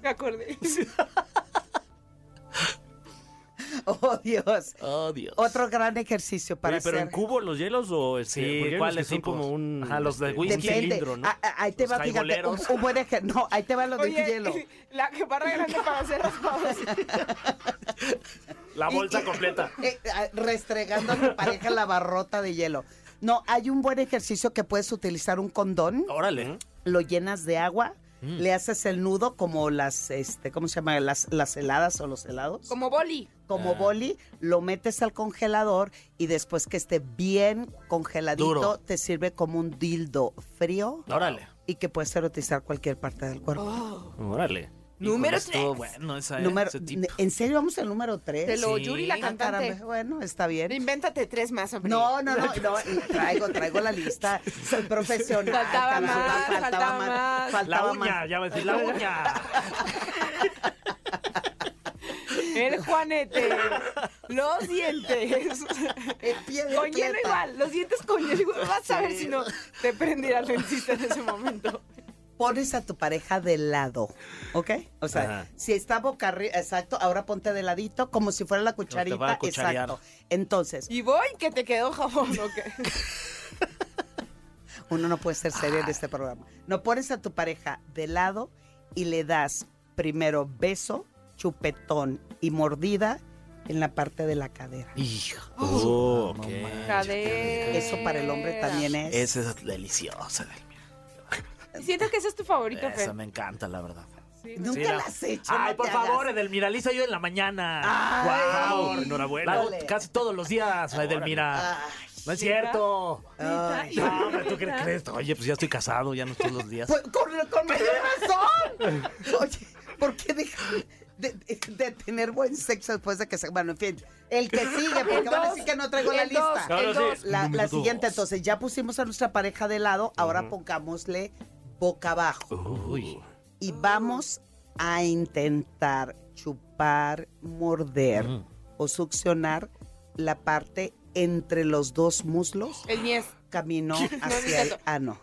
Speaker 2: Me acordé.
Speaker 8: Oh, Dios.
Speaker 4: Oh, Dios.
Speaker 8: Otro gran ejercicio para
Speaker 3: Oye, pero
Speaker 8: hacer.
Speaker 3: en cubo los hielos o este,
Speaker 4: Sí,
Speaker 3: porque hay unos
Speaker 4: ¿cuáles
Speaker 3: que son
Speaker 4: tipos?
Speaker 3: como un
Speaker 4: Ajá, los de
Speaker 3: este,
Speaker 4: whisky.
Speaker 3: un
Speaker 8: Depende.
Speaker 3: cilindro, ¿no?
Speaker 8: Ah, ah, ahí te va,
Speaker 3: Los
Speaker 8: fíjate, un,
Speaker 3: jaiboleros.
Speaker 8: un buen ej- No, ahí te va lo del
Speaker 2: Oye,
Speaker 8: hielo.
Speaker 2: la que barra grande para hacer las pausas.
Speaker 3: La bolsa completa.
Speaker 8: Eh, ah, restregando a tu pareja la barrota de hielo. No, hay un buen ejercicio que puedes utilizar un condón,
Speaker 3: Órale. Mm.
Speaker 8: lo llenas de agua, le haces el nudo como las, este, ¿cómo se llama? Las, las heladas o los helados.
Speaker 2: Como boli.
Speaker 3: Ah.
Speaker 8: como boli, lo metes al congelador y después que esté bien congeladito,
Speaker 4: Duro.
Speaker 8: te sirve como un dildo frío
Speaker 3: Órale.
Speaker 8: y que puedes erotizar cualquier parte del cuerpo.
Speaker 2: Oh.
Speaker 3: Órale.
Speaker 2: Número
Speaker 4: Híjole, estuvo
Speaker 2: 3.
Speaker 4: bueno esa, ¿eh?
Speaker 8: Número-
Speaker 4: ese tipo.
Speaker 8: ¿En serio vamos al número 3?
Speaker 2: Te lo
Speaker 4: Sí.
Speaker 2: Yuri la
Speaker 4: Ah,
Speaker 2: cantante.
Speaker 8: Bueno, está bien.
Speaker 2: Invéntate tres más, hombre.
Speaker 8: No, no, no, no, y traigo, traigo la lista. Soy profesional.
Speaker 2: Faltaba
Speaker 8: caray,
Speaker 2: más, faltaba más.
Speaker 8: faltaba
Speaker 3: La uña,
Speaker 8: más.
Speaker 3: ya va a decir, la uña.
Speaker 2: El Juanete. Los dientes.
Speaker 8: Eh, pie de
Speaker 2: Con hielo
Speaker 8: atleta.
Speaker 2: igual. Los dientes con hielo igual. Vas a ver si no te prendirá el dentista en ese momento.
Speaker 8: pones a tu pareja de lado, ¿ok? O sea,
Speaker 3: Ajá.
Speaker 8: si está boca arriba, exacto, ahora ponte de ladito como si fuera la
Speaker 4: van a
Speaker 8: cucharita,
Speaker 4: cucharear.
Speaker 8: exacto. Entonces,
Speaker 2: Y voy que te quedó jabón, ¿o
Speaker 3: Ah,
Speaker 2: qué?
Speaker 8: uno no puede ser serio en este programa. No pones a tu pareja de lado y le das primero beso, chupetón y mordida en la parte de la cadera.
Speaker 4: Hijo.
Speaker 3: Oh, ok.
Speaker 2: Cadera.
Speaker 8: Eso para el hombre también es.
Speaker 4: Esa es deliciosa, Delmira.
Speaker 2: Siento que ese es tu favorito,
Speaker 4: Esa
Speaker 2: Fer.
Speaker 4: me encanta, la verdad.
Speaker 2: Sí, ¿no?
Speaker 8: Nunca
Speaker 3: Sí, la-
Speaker 8: la has hecho.
Speaker 3: Ay,
Speaker 8: no
Speaker 3: por
Speaker 8: te
Speaker 3: favor,
Speaker 8: hagas.
Speaker 3: Edelmira, lisa yo en la mañana.
Speaker 8: Ay.
Speaker 3: Guau, enhorabuena.
Speaker 4: La hago
Speaker 8: Órale.
Speaker 4: casi todos los días, Edelmira.
Speaker 8: Ay,
Speaker 3: No es cierto.
Speaker 8: ay.
Speaker 3: No, hombre, ¿tú qué crees?
Speaker 4: Oye, pues ya estoy casado, ya no todos los días.
Speaker 8: Pues, con, con mayor razón. Oye, ¿por qué dejan de, de- de tener buen sexo después de que se... Bueno, en fin, el que sigue, porque van a decir que no traigo la
Speaker 2: el dos,
Speaker 8: lista.
Speaker 3: Ahora
Speaker 2: el
Speaker 3: sí.
Speaker 2: dos.
Speaker 8: La, la
Speaker 4: Número
Speaker 8: siguiente,
Speaker 4: dos.
Speaker 8: entonces, ya pusimos a nuestra pareja de lado, ahora pongámosle boca abajo
Speaker 4: Uy.
Speaker 8: y vamos a intentar chupar, morder o succionar la parte entre los dos muslos
Speaker 2: El 10.
Speaker 8: camino hacia el
Speaker 2: tanto.
Speaker 8: ano.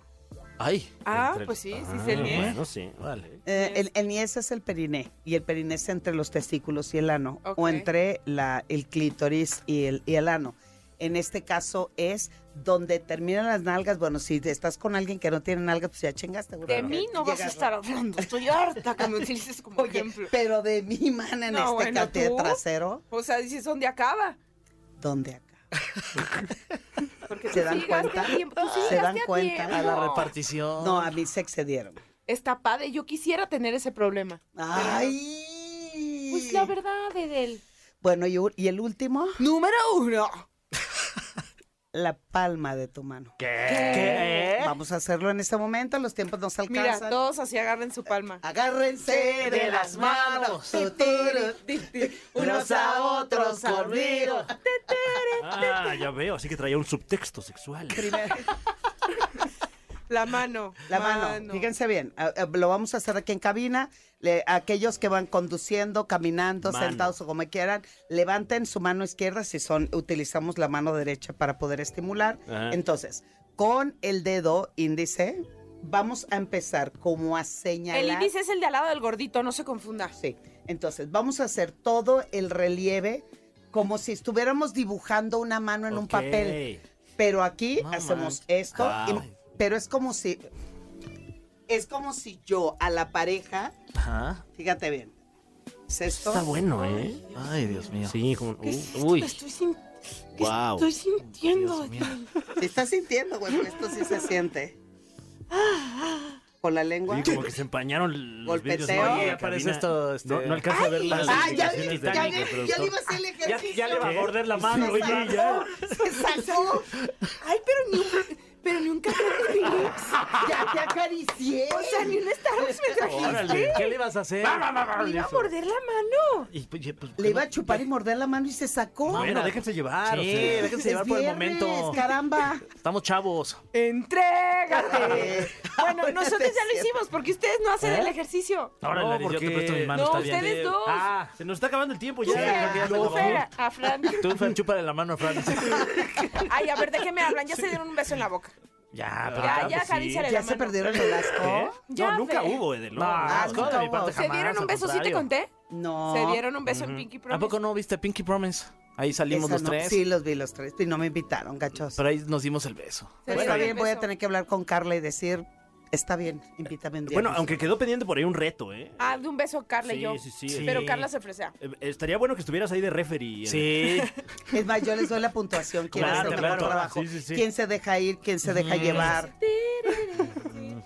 Speaker 4: Ay.
Speaker 2: Ah,
Speaker 3: Entre-
Speaker 2: pues sí, sí
Speaker 3: Ah,
Speaker 2: es el 10.
Speaker 3: Bueno, sí, vale.
Speaker 8: Eh, el, el niés es el periné y el periné es entre los testículos y el ano o
Speaker 2: Ok.
Speaker 8: entre la, el clítoris y el, y el ano. En este caso es donde terminan las nalgas. Bueno, si estás con alguien que no tiene nalgas, pues ya chingaste. güey.
Speaker 2: De mí no vas a
Speaker 8: Llegas-
Speaker 2: estar hablando. Estoy harta que me utilices como
Speaker 8: Oye,
Speaker 2: ejemplo.
Speaker 8: pero de mi man en
Speaker 2: No,
Speaker 8: este
Speaker 2: bueno,
Speaker 8: cate
Speaker 2: ¿tú?
Speaker 8: trasero,
Speaker 2: O sea, dices, ¿dónde acaba?
Speaker 8: ¿dónde acá?
Speaker 2: Porque
Speaker 8: ¿Se
Speaker 2: tú
Speaker 8: dan
Speaker 2: sí llegaste
Speaker 8: cuenta?
Speaker 2: a tiempo, tú sí
Speaker 8: ¿Se dan
Speaker 2: llegaste a
Speaker 8: cuenta?
Speaker 2: tiempo.
Speaker 4: A la repartición.
Speaker 8: No, a mí se excedieron.
Speaker 2: Está padre, yo quisiera tener ese problema.
Speaker 8: ¡Ay!
Speaker 2: Pues la verdad, Edel.
Speaker 8: Bueno, y, u- y el último,
Speaker 2: Número uno.
Speaker 8: la palma de tu mano.
Speaker 4: ¿Qué?
Speaker 8: Vamos a hacerlo en este momento, los tiempos nos
Speaker 2: Mira, Ah,
Speaker 8: alcanzan.
Speaker 2: todos así agarren su palma.
Speaker 8: Agárrense de las manos, unos a otros conmigo.
Speaker 3: Ah, ya veo, así que traía un subtexto sexual.
Speaker 8: Primero,
Speaker 2: La mano.
Speaker 8: la mano, fíjense bien, ah, ah, lo vamos a hacer aquí en cabina. Le- aquellos que van conduciendo, caminando,
Speaker 3: Mano.
Speaker 8: sentados o como quieran, levanten su mano izquierda si son, utilizamos la mano derecha para poder estimular.
Speaker 3: Ajá.
Speaker 8: Entonces, con el dedo índice, vamos a empezar como a señalar.
Speaker 2: El índice es el de al lado del gordito, no se confunda.
Speaker 8: Sí. Entonces, vamos a hacer todo el relieve como si estuviéramos dibujando una mano en un
Speaker 3: Ok.
Speaker 8: papel. Pero aquí
Speaker 4: No
Speaker 8: hacemos
Speaker 4: manches.
Speaker 8: esto, y-
Speaker 4: Wow.
Speaker 8: pero es como si es como si yo a la pareja,
Speaker 4: Ajá.
Speaker 8: fíjate bien. Es esto.
Speaker 3: Está bueno, ¿eh?
Speaker 4: Ay, Dios mío.
Speaker 3: Sí, como.
Speaker 2: ¿Qué es esto
Speaker 3: uy.
Speaker 2: que estoy, sin- que
Speaker 3: Guau.
Speaker 2: estoy sintiendo?
Speaker 4: Dios mío.
Speaker 8: Se está sintiendo, güey, porque esto sí se siente. Con la lengua.
Speaker 3: Sí, como que se empañaron los
Speaker 8: Golpeteo.
Speaker 3: vídeos. de la
Speaker 8: Oye,
Speaker 3: cabina.
Speaker 4: aparece esto, este-
Speaker 3: No, no alcanza a ver las
Speaker 8: Ah, ya,
Speaker 3: indicaciones
Speaker 8: vi-
Speaker 3: de
Speaker 8: ya, vi-
Speaker 3: Nick, el
Speaker 8: ya le
Speaker 3: productor.
Speaker 8: iba a hacer el
Speaker 4: Ah, Ya,
Speaker 8: ejercicio.
Speaker 4: ya le va a
Speaker 3: ¿Qué?
Speaker 4: morder la mano.
Speaker 8: Se
Speaker 3: Oye,
Speaker 8: sacó,
Speaker 3: ya.
Speaker 8: Se sacó.
Speaker 2: Ay, pero ni un, pero ni un café de Philips.
Speaker 8: Ya te acaricié.
Speaker 2: O sea, ni un Starbucks me trajiste.
Speaker 4: Órale, ¿qué le ibas a hacer?
Speaker 2: Me iba a morder la mano.
Speaker 4: Y, pues, ya, pues,
Speaker 8: Le iba a chupar y morder la mano y se sacó.
Speaker 3: Bueno, déjense llevar.
Speaker 4: Sí,
Speaker 3: o sea.
Speaker 4: déjense llevar por el
Speaker 8: viernes,
Speaker 4: momento.
Speaker 8: Caramba.
Speaker 4: Estamos chavos.
Speaker 2: ¡Entrégate!
Speaker 8: Eh,
Speaker 2: Bueno,
Speaker 8: ahora
Speaker 2: nosotros
Speaker 8: te
Speaker 2: ya lo
Speaker 8: siento.
Speaker 2: hicimos porque ustedes no hacen el ejercicio.
Speaker 3: Ahora,
Speaker 4: No,
Speaker 3: Larry, yo
Speaker 4: porque-
Speaker 3: te presto mi ¿Eh? mano.
Speaker 2: No,
Speaker 3: está bien.
Speaker 2: ustedes dos.
Speaker 3: Ah, se nos está acabando el tiempo
Speaker 2: Tú,
Speaker 3: ya.
Speaker 2: Fer,
Speaker 3: creo que ya se
Speaker 2: tú,
Speaker 3: acabó.
Speaker 2: Fer, a Fran.
Speaker 4: Tú, Fer, chúpale la mano a Fran.
Speaker 2: Ay, a ver, déjenme hablar. Ya se dieron un beso en la boca.
Speaker 3: Ya, pero
Speaker 2: Ya,
Speaker 3: claro
Speaker 2: ya
Speaker 3: que sí. ¿Eh?
Speaker 2: acaríciale la
Speaker 8: ¿Ya se
Speaker 2: mano.
Speaker 8: perdieron el asco?
Speaker 2: Ya,
Speaker 3: no, nunca
Speaker 2: Fer.
Speaker 3: hubo, Edel. No,
Speaker 11: No,
Speaker 3: Ah,
Speaker 8: nunca
Speaker 3: de mi
Speaker 8: hubo.
Speaker 3: parte
Speaker 8: ¿Se
Speaker 2: ¿Se
Speaker 3: jamás,
Speaker 2: dieron
Speaker 3: al
Speaker 2: un beso? ¿Sí te
Speaker 3: contrario.
Speaker 2: conté?
Speaker 8: No.
Speaker 2: ¿Se dieron un beso en Pinky Promise?
Speaker 4: ¿A poco no viste Pinky Promise? Ahí salimos
Speaker 8: Esa
Speaker 4: los
Speaker 8: no-
Speaker 4: tres.
Speaker 8: Sí, los vi los tres. Y no me invitaron, gachos.
Speaker 4: Pero ahí nos dimos el beso.
Speaker 2: ¿Se
Speaker 8: Pues
Speaker 2: dieron
Speaker 8: Está
Speaker 2: el
Speaker 8: bien, voy a
Speaker 2: beso?
Speaker 8: tener que hablar con Carla y decir, está bien, invítame un día.
Speaker 3: Bueno,
Speaker 8: Luis.
Speaker 3: aunque quedó pendiente por ahí un reto, ¿eh?
Speaker 2: Ah, de un beso Carla y
Speaker 3: Sí,
Speaker 2: yo.
Speaker 3: sí, sí.
Speaker 2: Pero
Speaker 3: Sí.
Speaker 2: Carla se fresea.
Speaker 3: Eh, Estaría bueno que estuvieras ahí de referee. Edel.
Speaker 4: Sí.
Speaker 8: Es más, yo les doy la puntuación. ¿Quién
Speaker 3: Claro,
Speaker 8: hace el mejor
Speaker 3: claro.
Speaker 8: trabajo?
Speaker 3: Sí, sí, sí.
Speaker 8: ¿Quién se deja ir? ¿Quién se deja llevar?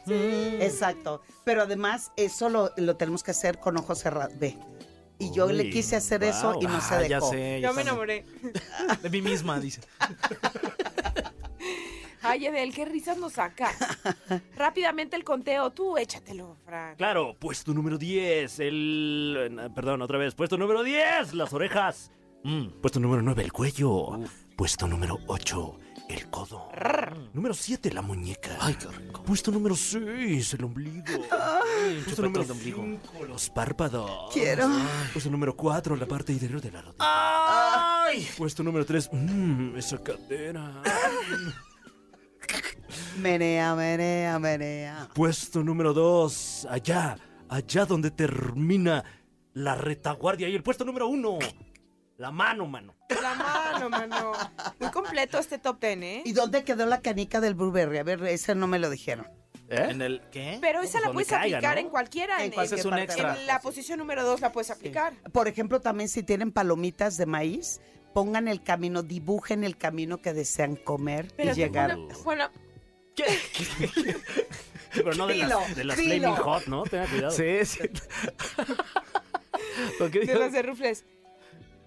Speaker 8: Exacto. Pero además, eso lo, lo tenemos que hacer con ojos cerrados. Ve. Y yo le
Speaker 3: Uy,
Speaker 8: quise hacer eso
Speaker 3: wow.
Speaker 8: y no se
Speaker 4: Ah,
Speaker 8: dejó.
Speaker 4: ya sé. ya
Speaker 2: Yo me
Speaker 4: sé.
Speaker 2: enamoré.
Speaker 4: De mí misma, dice.
Speaker 2: Ay, Edel, qué risas nos saca. Rápidamente el conteo. Tú échatelo, Frank.
Speaker 3: Claro, puesto número 10, el... eh, Perdón, otra vez, puesto número 10, las orejas. Mm, Puesto número 9, el cuello. Puesto número 8, el codo. Número 7, la muñeca. Ay, qué rico. Puesto número 6, el ombligo. Puesto
Speaker 4: chupetón
Speaker 3: número
Speaker 4: de ombligo.
Speaker 3: 5, los párpados.
Speaker 8: Quiero.
Speaker 3: Puesto número 4, la parte interior de la rodilla. Puesto número 3, esa cadera.
Speaker 8: Menea, menea, menea.
Speaker 3: Puesto número 2, allá, allá donde termina la retaguardia. Y el puesto número 1, la mano, mano.
Speaker 2: La mano, mano. Muy completo este top ten, ¿eh?
Speaker 8: ¿Y dónde quedó la canica del Burberry? A ver, esa no me lo dijeron.
Speaker 3: ¿Eh?
Speaker 4: En el, ¿Qué?
Speaker 2: Pero esa
Speaker 3: Pues
Speaker 2: la
Speaker 3: donde
Speaker 2: puedes
Speaker 3: caiga,
Speaker 2: aplicar
Speaker 3: ¿no?
Speaker 2: en cualquiera. En,
Speaker 8: En cualquier
Speaker 4: es un
Speaker 8: parte.
Speaker 4: extra.
Speaker 2: en la posición número dos la puedes aplicar.
Speaker 8: Por ejemplo, también si tienen palomitas de maíz, pongan el camino, dibujen el camino que desean comer
Speaker 2: Pero
Speaker 8: y llegar.
Speaker 2: Bueno, bueno,
Speaker 3: Sí, pero no de
Speaker 8: Dilo,
Speaker 3: las, de las
Speaker 8: dilo.
Speaker 3: Flaming Hot, ¿no? Tenga cuidado.
Speaker 4: Sí, sí. ¿Por qué
Speaker 2: de
Speaker 4: digo?
Speaker 2: las de Rufles.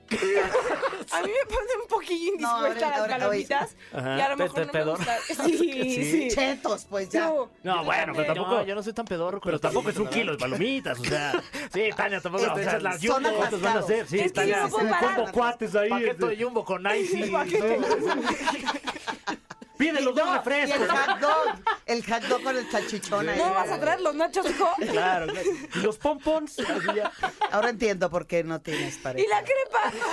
Speaker 2: A mí me pone un poquillo
Speaker 8: No, ahora-
Speaker 2: indispuesta las
Speaker 8: ahora- ahora-
Speaker 2: palomitas.
Speaker 3: Ajá.
Speaker 2: Y a lo
Speaker 4: Te-
Speaker 2: mejor
Speaker 4: te
Speaker 2: no me
Speaker 4: pedor.
Speaker 2: gusta. Sí, sí.
Speaker 8: Chetos, pues ya.
Speaker 2: No,
Speaker 3: No, bueno, pero tampoco.
Speaker 4: No, yo no soy tan pedorro.
Speaker 3: Pero tampoco es un kilo de palomitas, o sea. Sí, Tania, tampoco.
Speaker 8: Este,
Speaker 3: o sea, las
Speaker 8: son
Speaker 3: Jumbo, ¿cuántos van a
Speaker 8: atascados.
Speaker 3: hacer? Sí,
Speaker 2: Es que
Speaker 3: Tania,
Speaker 2: yo no puedo
Speaker 3: un
Speaker 2: parar.
Speaker 3: combo cuates ahí.
Speaker 4: Paquete de Jumbo con Icy.
Speaker 3: Pide los dos
Speaker 8: No, y el
Speaker 3: refrescos.
Speaker 8: hot dog, el hot dog con el salchichón ahí.
Speaker 2: No vas a traer los nachos, hijo.
Speaker 3: Claro, claro. Y los pompons. así ya.
Speaker 8: Ahora entiendo por qué no tienes pareja.
Speaker 2: Y la crepa.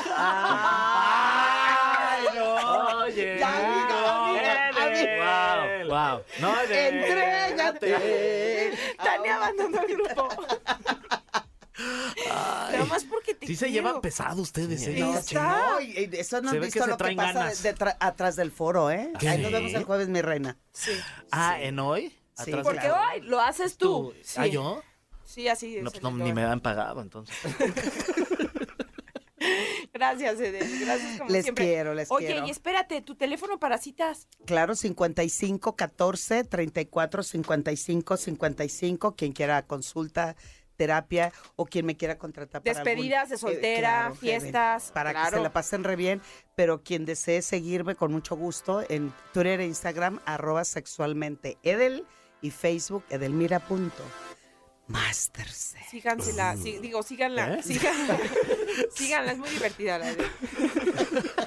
Speaker 8: ¡Ay, no!
Speaker 4: Oye.
Speaker 8: Ya, amigo, amigo,
Speaker 4: Edel. Wow, wow. No,
Speaker 2: Eh,
Speaker 4: Edel.
Speaker 8: ¡Entrégate!
Speaker 2: Tania abandonó el grupo. Nada más porque te
Speaker 4: Sí se
Speaker 2: quiero.
Speaker 4: llevan pesado ustedes, ¿eh?
Speaker 2: Sí.
Speaker 8: No,
Speaker 2: Está.
Speaker 8: chingó, y- y eh, Eso no
Speaker 4: Se
Speaker 8: han
Speaker 4: ve que
Speaker 8: visto
Speaker 4: se
Speaker 8: lo que
Speaker 4: traen
Speaker 8: pasa
Speaker 4: ganas.
Speaker 8: de- detra- atrás del foro, ¿eh?
Speaker 4: ¿Qué?
Speaker 8: Ahí nos vemos el jueves, mi reina.
Speaker 2: Sí.
Speaker 4: Ah, ¿en hoy?
Speaker 8: Sí,
Speaker 4: Atrás
Speaker 2: Porque
Speaker 4: de-
Speaker 8: Claro.
Speaker 2: hoy lo haces tú. Sí.
Speaker 4: ¿Ah, yo?
Speaker 2: Sí, así es.
Speaker 4: No, pues no, ni me han pagado, entonces.
Speaker 2: Gracias, Edel. Gracias como
Speaker 8: Les
Speaker 2: siempre.
Speaker 8: quiero, les
Speaker 2: Oye,
Speaker 8: quiero.
Speaker 2: y espérate, tu teléfono para citas.
Speaker 8: Claro, 55 14 34 55 55. Quien quiera consulta, terapia o quien me quiera contratar para algún-
Speaker 2: Despedidas de
Speaker 8: eh,
Speaker 2: soltera,
Speaker 8: claro, que ven,
Speaker 2: fiestas,
Speaker 8: Para que
Speaker 2: claro.
Speaker 8: se la pasen re bien. Pero quien desee seguirme con mucho gusto en Twitter e Instagram, arroba sexualmente Edel y Facebook Edelmira. punto Masters.
Speaker 2: Sígansela, sí, digo, síganla,
Speaker 3: ¿Eh?
Speaker 2: síganla. síganla, es muy divertida la Edel.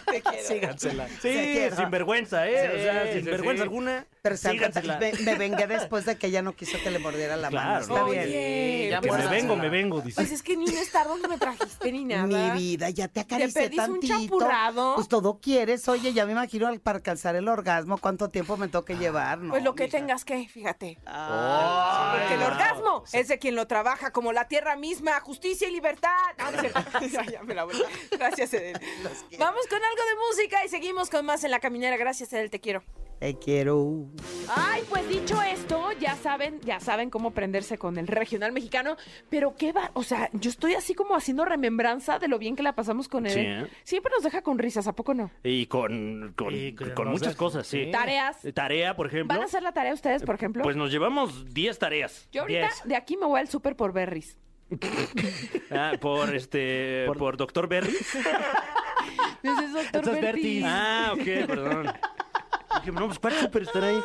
Speaker 2: Te quiero.
Speaker 4: Cancela.
Speaker 8: Sí,
Speaker 3: Sí,
Speaker 8: quiero.
Speaker 3: sin vergüenza, ¿eh? o sea,
Speaker 4: Sí,
Speaker 3: sin
Speaker 4: sí,
Speaker 3: vergüenza
Speaker 4: sí.
Speaker 3: alguna.
Speaker 8: Pero se dan cuenta,
Speaker 3: sígansela.
Speaker 8: me, me vengué después de que ella no quiso que le mordiera la mano.
Speaker 3: Claro.
Speaker 8: Está
Speaker 2: Oye,
Speaker 8: bien.
Speaker 4: ya
Speaker 3: Que me
Speaker 4: Guárdasela.
Speaker 3: vengo, me vengo, dice.
Speaker 2: Pues es que ni un Star Wars no me trajiste ni nada.
Speaker 8: Mi vida, ya te acaricié
Speaker 2: pedís un
Speaker 8: tantito.
Speaker 2: champurrado?
Speaker 8: Pues todo quieres. Oye, ya me imagino al- para alcanzar el orgasmo cuánto tiempo me toca llevar, ¿no?
Speaker 2: Pues lo que
Speaker 8: mija?
Speaker 2: tengas que, fíjate.
Speaker 8: Ah,
Speaker 2: Porque el orgasmo es de quien lo trabaja, como la tierra misma, justicia y libertad. No, no es cierto. Ay, ya me la volé. Gracias, Edel. Vamos con algo de música y seguimos con más en la caminera. Gracias, Edel, te quiero.
Speaker 8: Te quiero.
Speaker 2: Ay, pues dicho esto, ya saben, ya saben cómo prenderse con el regional mexicano, pero qué va, o sea, yo estoy así como haciendo remembranza de lo bien que la pasamos con él.
Speaker 3: Sí, ¿eh?
Speaker 2: Siempre nos deja con risas, ¿a poco no?
Speaker 3: Y con, con,
Speaker 11: Y con-
Speaker 3: con muchas cosas, sí. Eh,
Speaker 2: Tareas.
Speaker 3: Tarea, por ejemplo.
Speaker 2: ¿Van a hacer la tarea ustedes, por ejemplo?
Speaker 3: Pues nos llevamos 10 tareas.
Speaker 2: yo ahorita
Speaker 3: 10.
Speaker 2: de aquí me voy al súper por berries.
Speaker 3: Ah, por este. por, Doctor Berry.
Speaker 2: Dices, doctor
Speaker 4: Entonces,
Speaker 2: Bertis.
Speaker 4: Bertis.
Speaker 3: Ah, ok, perdón. Dije, no, pues ¿cuál súper estará ahí?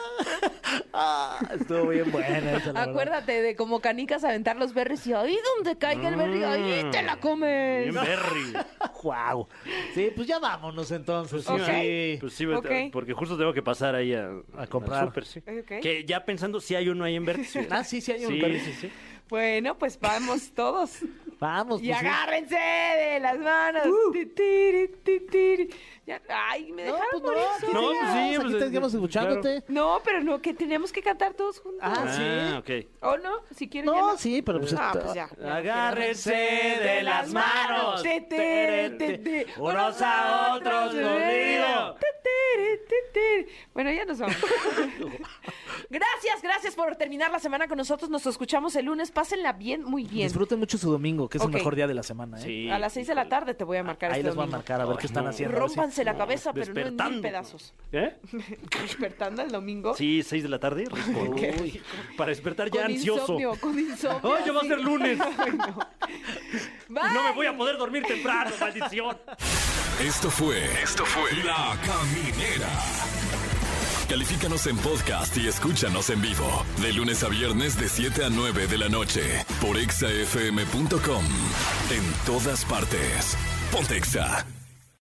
Speaker 4: Ah, Estuvo bien buena esa, la verdad.
Speaker 2: Acuérdate de como canicas aventar los berries y ahí donde caiga el berry, ahí te la comes.
Speaker 3: Mm. Bien Berry.
Speaker 4: Guau. Sí, pues ya vámonos entonces.
Speaker 2: Ok.
Speaker 4: sí.
Speaker 3: Pues sí,
Speaker 2: Ok.
Speaker 3: porque justo tengo que pasar ahí a,
Speaker 4: A comprar.
Speaker 3: al súper, sí.
Speaker 2: Ok.
Speaker 3: Que ya pensando si hay uno ahí en Berry. sí.
Speaker 4: Ah, sí, sí hay un
Speaker 3: Sí,
Speaker 4: Berry.
Speaker 3: sí, sí.
Speaker 2: Bueno, pues vamos todos.
Speaker 4: Vamos,
Speaker 2: Y
Speaker 4: pues sí. Uh.
Speaker 2: agárrense de las manos. Ti, tiri, ti, tiri. Ya- Ay, me dejaron
Speaker 4: pues
Speaker 2: morir.
Speaker 4: ¿qué
Speaker 3: No,
Speaker 4: digas?
Speaker 3: pues sí,
Speaker 4: Aquí
Speaker 3: pues,
Speaker 4: te estamos
Speaker 3: eh,
Speaker 4: escuchándote.
Speaker 2: No, pero no, que teníamos que cantar todos juntos.
Speaker 4: Ah, sí.
Speaker 3: Ah, ok.
Speaker 2: ¿O no? Si quieren ya
Speaker 4: No,
Speaker 2: no.
Speaker 4: sí, pero pues...
Speaker 2: Ah,
Speaker 4: esto-
Speaker 2: pues ya.
Speaker 3: Agárrense de las manos.
Speaker 2: Te, te, te, te.
Speaker 3: Unos a otros conmigo.
Speaker 2: Te, te, te, te. Bueno, ya nos vamos. gracias, gracias por terminar la semana con nosotros. Nos escuchamos el lunes. Pásenla bien, muy bien.
Speaker 4: Disfruten mucho su domingo, que es
Speaker 2: Ok.
Speaker 4: el mejor día de la semana, ¿eh?
Speaker 3: Sí.
Speaker 2: A las seis de la tarde te voy a marcar
Speaker 4: Ahí
Speaker 2: este
Speaker 4: les voy a
Speaker 2: domingo.
Speaker 4: marcar a ver qué están haciendo. a ver si-
Speaker 2: Rómpanse la cabeza, pero no en mil
Speaker 3: Despertando.
Speaker 2: pedazos.
Speaker 3: ¿Eh?
Speaker 2: Despertando el domingo.
Speaker 3: Sí, seis de la tarde. rico. Uy, para despertar ya
Speaker 2: con
Speaker 3: ansioso.
Speaker 2: insomnio, con insomnio.
Speaker 3: ¡Ay, ya va a
Speaker 2: sí.
Speaker 3: ser lunes!
Speaker 2: Ay, no. Bye.
Speaker 3: No me voy a poder dormir temprano, maldición.
Speaker 1: Esto fue. Esto fue. La Caminera. Califícanos en podcast y escúchanos en vivo. De lunes a viernes, de 7 a 9 de la noche. Por exafm.com. En todas partes. Pontexa.